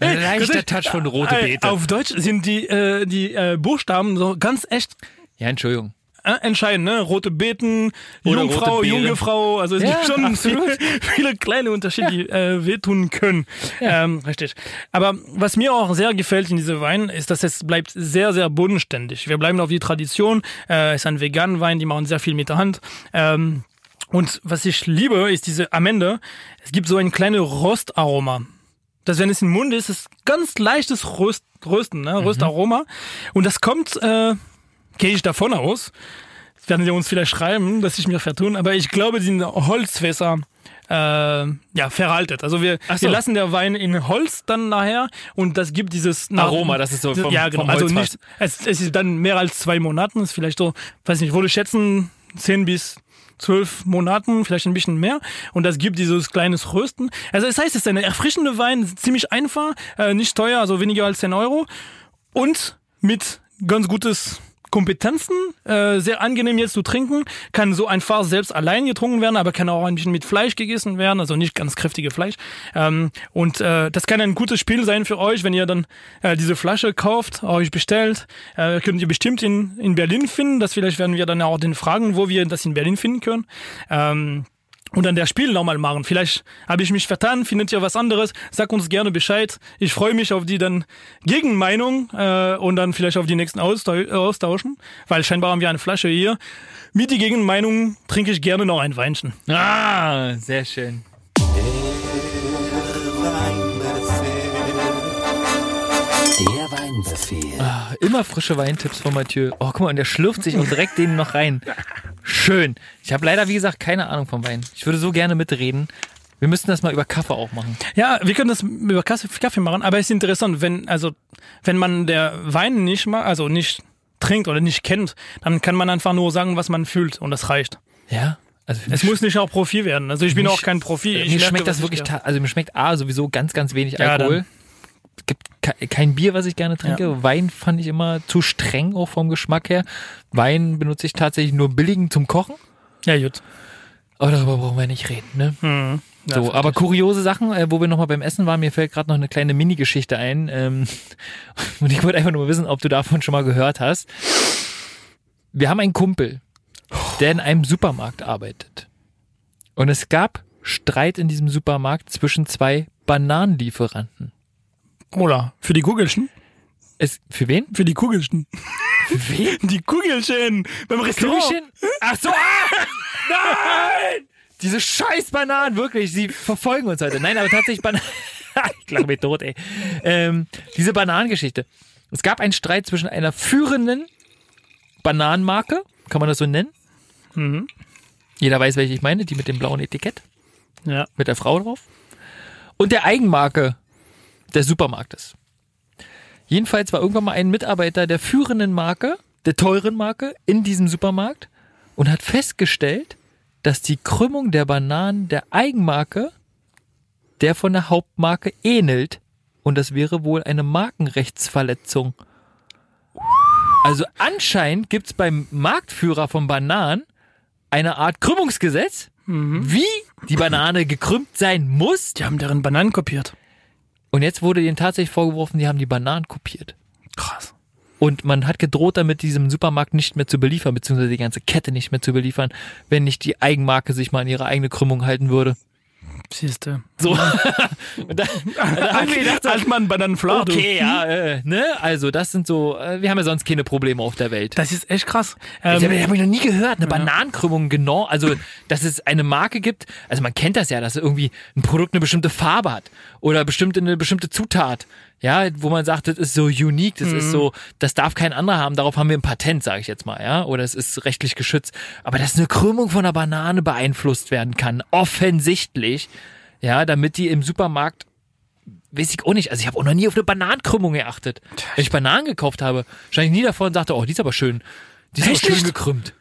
das leichter ist- Touch von rote Äh, Beete. Auf Deutsch sind die, äh, die äh, Buchstaben so ganz echt Ja, Entschuldigung. äh, entscheidend. Ne? Rote Beten, Oder Jungfrau, rote Beeren. junge Frau. Also es Ja, gibt schon absolut. viele, viele kleine Unterschiede, die äh, wehtun können. Ähm, richtig. Aber was mir auch sehr gefällt in diesem Wein, ist, dass es bleibt sehr, sehr bodenständig. Wir bleiben auf die Tradition. Äh, ist ein veganer Wein, die machen sehr viel mit der Hand. Ähm, und was ich liebe, ist diese am Ende, es gibt so ein kleines Rostaroma dass wenn es im Mund ist, ist ganz leichtes Röst, Rösten, Mhm. ne? Röstaroma. Und das kommt, äh, gehe ich davon aus, das werden sie uns vielleicht schreiben, dass ich mir vertun, aber ich glaube, die sind Holzfässer äh, ja, veraltet. Also wir, Ach so. wir lassen der Wein in Holz dann nachher und das gibt dieses nach- Aroma, das ist so vom- ja, genau. vom also Holzfass. nicht, es, es ist dann mehr als zwei Monaten, ist vielleicht so, weiß nicht, würde schätzen, zehn bis zwölf Monaten, vielleicht ein bisschen mehr. Und das gibt dieses kleines Rösten. Also es heißt, es ist eine erfrischende Wein, ziemlich einfach, äh, nicht teuer, also weniger als 10 Euro. Und mit ganz gutes Kompetenzen, äh, sehr angenehm jetzt zu trinken, kann so einfach selbst allein getrunken werden, aber kann auch ein bisschen mit Fleisch gegessen werden, also nicht ganz kräftige Fleisch. Ähm, und äh, das kann ein gutes Spiel sein für euch, wenn ihr dann äh, diese Flasche kauft, euch bestellt. Äh, könnt ihr bestimmt in, in Berlin finden. Das vielleicht werden wir dann auch den fragen, wo wir das in Berlin finden können. Ähm, und dann der Spiel nochmal machen. Vielleicht habe ich mich vertan, findet ihr was anderes, sag uns gerne Bescheid. Ich freue mich auf die dann Gegenmeinung äh, und dann vielleicht auf die nächsten Austau äh, austauschen, weil scheinbar haben wir eine Flasche hier. Mit die Gegenmeinung trinke ich gerne noch ein Weinchen. Ah, sehr schön. Der Weinbefehl. Immer frische Weintipps von Mathieu. Oh, guck mal, und der schlürft sich und direkt den noch rein. Schön. Ich habe leider, wie gesagt, keine Ahnung vom Wein. Ich würde so gerne mitreden. Wir müssten das mal über Kaffee auch machen. Ja, wir können das über Kaffee, Kaffee machen, aber es ist interessant, wenn, also, wenn man der Wein nicht mal, also nicht trinkt oder nicht kennt, dann kann man einfach nur sagen, was man fühlt und das reicht. Ja? Also Es muss nicht auch Profi werden. Also ich bin auch kein Profi. Ich mir merke, schmeckt was das ich wirklich, kann. ta- also mir schmeckt A sowieso ganz, ganz wenig Ja, dann- Alkohol. Es gibt ke- kein Bier, was ich gerne trinke. Wein fand ich immer zu streng, auch vom Geschmack her. Wein benutze ich tatsächlich nur billigen zum Kochen. Ja, gut. Aber Oh, darüber brauchen wir nicht reden, ne? so, aber kuriose Sachen, äh, wo wir nochmal beim Essen waren, mir fällt gerade noch eine kleine Mini-Geschichte ein. Ähm, und ich wollte einfach nur wissen, ob du davon schon mal gehört hast. Wir haben einen Kumpel, der in einem Supermarkt arbeitet. Und es gab Streit in diesem Supermarkt zwischen zwei Bananenlieferanten. Oder für die Kugelchen? Es, für wen? Für die Kugelchen. Für wen? Die Kugelchen beim Restaurant. Kügelchen? Ach so, ah! Nein! Diese scheiß Bananen, wirklich, sie verfolgen uns heute. Nein, aber tatsächlich Bananen. ich lache mich tot, ey. Ähm, diese Bananengeschichte. Es gab einen Streit zwischen einer führenden Bananenmarke, kann man das so nennen? Mhm. Jeder weiß, welche ich meine, die mit dem blauen Etikett, Ja. mit der Frau drauf. Und der Eigenmarke des Supermarktes. Jedenfalls war irgendwann mal ein Mitarbeiter der führenden Marke, der teuren Marke in diesem Supermarkt und hat festgestellt, dass die Krümmung der Bananen der Eigenmarke der von der Hauptmarke ähnelt. Und das wäre wohl eine Markenrechtsverletzung. Also anscheinend gibt's beim Marktführer von Bananen eine Art Krümmungsgesetz, wie die Banane gekrümmt sein muss. Die haben deren Bananen kopiert. Und jetzt wurde ihnen tatsächlich vorgeworfen, die haben die Bananen kopiert. Krass. Und man hat gedroht damit, diesem Supermarkt nicht mehr zu beliefern, beziehungsweise die ganze Kette nicht mehr zu beliefern, wenn nicht die Eigenmarke sich mal an ihre eigene Krümmung halten würde. Siehste. So. Und da, da haben wir gedacht, so, Altmann Bananenflado. okay, ja, äh, ne? Also das sind so, äh, wir haben ja sonst keine Probleme auf der Welt. Das ist echt krass. Das Ähm, habe ich noch nie gehört, eine Bananenkrümmung genau, also dass es eine Marke gibt, also man kennt das ja, dass irgendwie ein Produkt eine bestimmte Farbe hat oder bestimmte eine bestimmte Zutat, ja, wo man sagt, das ist so unique, das Mhm. ist so, das darf kein anderer haben, darauf haben wir ein Patent, sage ich jetzt mal, ja, oder es ist rechtlich geschützt, aber dass eine Krümmung von einer Banane beeinflusst werden kann, offensichtlich, ja, damit die im Supermarkt weiß ich auch nicht. Also ich habe auch noch nie auf eine Bananenkrümmung geachtet. Wenn ich Bananen gekauft habe, stand ich nie davor und sagte, oh, die ist aber schön. Die ist aber Echt schön nicht? gekrümmt.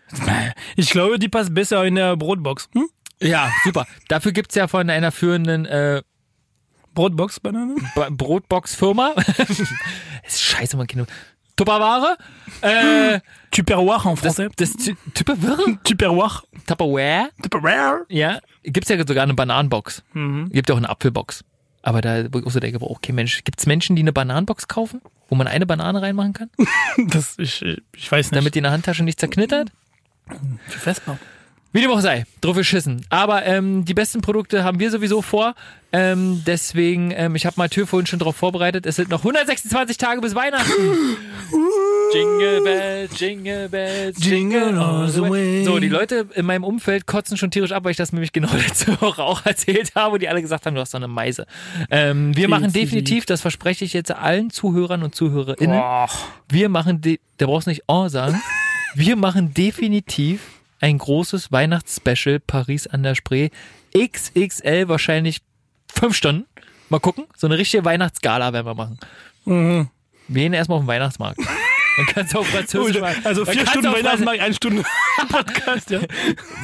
ich glaube, die passt besser in der Brotbox. Hm? Ja, super. Dafür gibt's ja von einer führenden äh, Brotbox Bananen? Ba- Brotbox-Firma. ist scheiße, man kennt Tupperware. Äh, Tupperware en das, français. das Tü- Tupperware? Tupperware. Tupperware? Tupperware. Ja. Gibt's ja sogar eine Bananenbox. Gibt ja auch eine Apfelbox. Aber da außer der Gebrauch, okay Mensch. Gibt's Menschen, die eine Bananenbox kaufen, wo man eine Banane reinmachen kann, Das, ich, ich weiß nicht. damit die in der Handtasche nicht zerknittert? Für Vespa. Wie dem auch sei, drauf geschissen. Aber ähm, die besten Produkte haben wir sowieso vor. Ähm, deswegen, ähm, ich habe Mathieu vorhin schon drauf vorbereitet. Es sind noch 126 Tage bis Weihnachten. Jingle bells, jingle bells, Jingle all the way. So, die Leute in meinem Umfeld kotzen schon tierisch ab, weil ich das nämlich genau letzte Woche auch erzählt habe und die alle gesagt haben, du hast doch eine Meise. Ähm, wir machen definitiv, das verspreche ich jetzt allen Zuhörern und ZuhörerInnen, wir machen, de da brauchst du nicht oh sagen, wir machen definitiv ein großes Weihnachtsspecial Paris an der Spree. XXL wahrscheinlich fünf Stunden. Mal gucken. So eine richtige Weihnachtsgala werden wir machen. Mhm. Wir gehen erstmal auf den Weihnachtsmarkt. Dann kannst du auf Französisch machen. Also Dann vier kannst Stunden du auf Franz- Weihnachtsmarkt, eine Stunde Podcast, ja.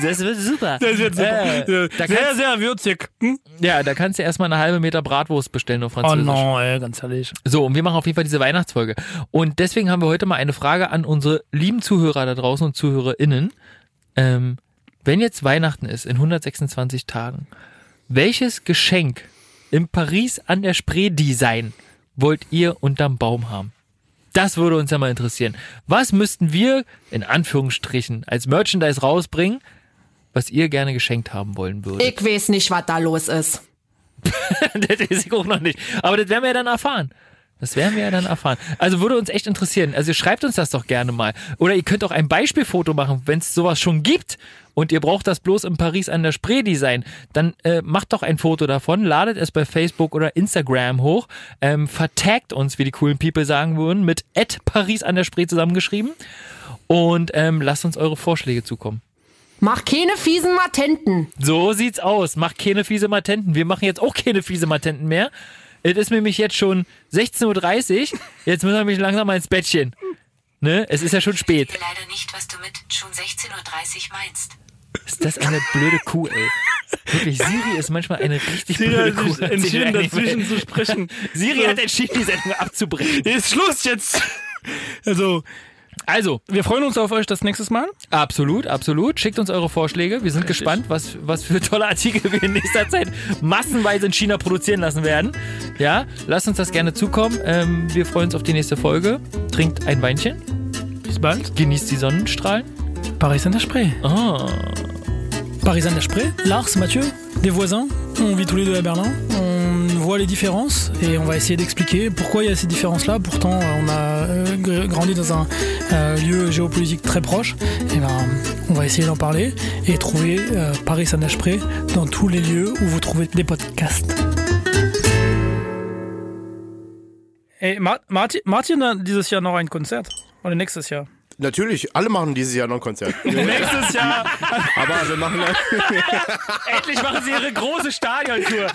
Das wird super. Das wird super. Äh, da sehr, kannst, sehr würzig. Hm? ja, da kannst du erstmal eine halbe Meter Bratwurst bestellen auf Oh Französisch. no, ey, ganz ehrlich. So, und wir machen auf jeden Fall diese Weihnachtsfolge. Und deswegen haben wir heute mal eine Frage an unsere lieben Zuhörer da draußen und ZuhörerInnen. Ähm, wenn jetzt Weihnachten ist, in 126 Tagen, welches Geschenk im Paris an der Spree-Design wollt ihr unterm Baum haben? Das würde uns ja mal interessieren. Was müssten wir, in Anführungsstrichen, als Merchandise rausbringen, was ihr gerne geschenkt haben wollen würdet? Ich weiß nicht, was da los ist. das weiß ich auch noch nicht. Aber das werden wir ja dann erfahren. Das werden wir ja dann erfahren. Also würde uns echt interessieren. Also schreibt uns das doch gerne mal. Oder ihr könnt auch ein Beispielfoto machen, wenn es sowas schon gibt und ihr braucht das bloß in Paris an der Spree Design, dann äh, macht doch ein Foto davon, ladet es bei Facebook oder Instagram hoch, ähm, vertagt uns, wie die coolen People sagen würden, mit Paris an der Spree zusammengeschrieben und ähm, lasst uns eure Vorschläge zukommen. Mach keine fiesen Matenten. So sieht's aus. Macht keine fiese Matenten. Wir machen jetzt auch keine fiese Matenten mehr. Es ist nämlich jetzt schon 16.30 Uhr. Jetzt müssen wir mich langsam mal ins Bettchen. Ne? Es ist ja schon spät. verstehe leider nicht, was du mit schon 16.30 Uhr meinst. Ist das eine blöde Kuh, ey. Wirklich, Siri ist manchmal eine richtig Siri blöde hat Kuh. sich entschieden, Erzähl mir dazwischen nicht, zu sprechen. ey. Siri hat entschieden, die Sendung abzubrechen. Ist Schluss jetzt. Also, Also, wir freuen uns auf euch das nächste Mal. absolut, absolut. Schickt uns eure Vorschläge. Wir sind gespannt, was, was für tolle Artikel wir in nächster Zeit massenweise in China produzieren lassen werden. Ja, lasst uns das gerne zukommen. Ähm, wir freuen uns auf die nächste Folge. Trinkt ein Weinchen, Bis bald. genießt die Sonnenstrahlen. Paris an der Spree. Paris an der Spree, Lars, Mathieu, des voisins. On vit tous les deux à Berlin. On voit les différences et on va essayer d'expliquer pourquoi il y a ces différences-là. Pourtant, euh, on a euh, gr- grandi dans un euh, lieu géopolitique très proche. Et ben, on va essayer d'en parler et trouver euh, Paris an der Spree dans tous les lieux où vous trouvez des podcasts. Et Martin, Martin a dieses Jahr noch ein Konzert. Oder nächstes Jahr. Natürlich, alle machen dieses Jahr noch ein Konzert. Nächstes Jahr. Aber wir machen Endlich machen sie ihre große Stadiontour.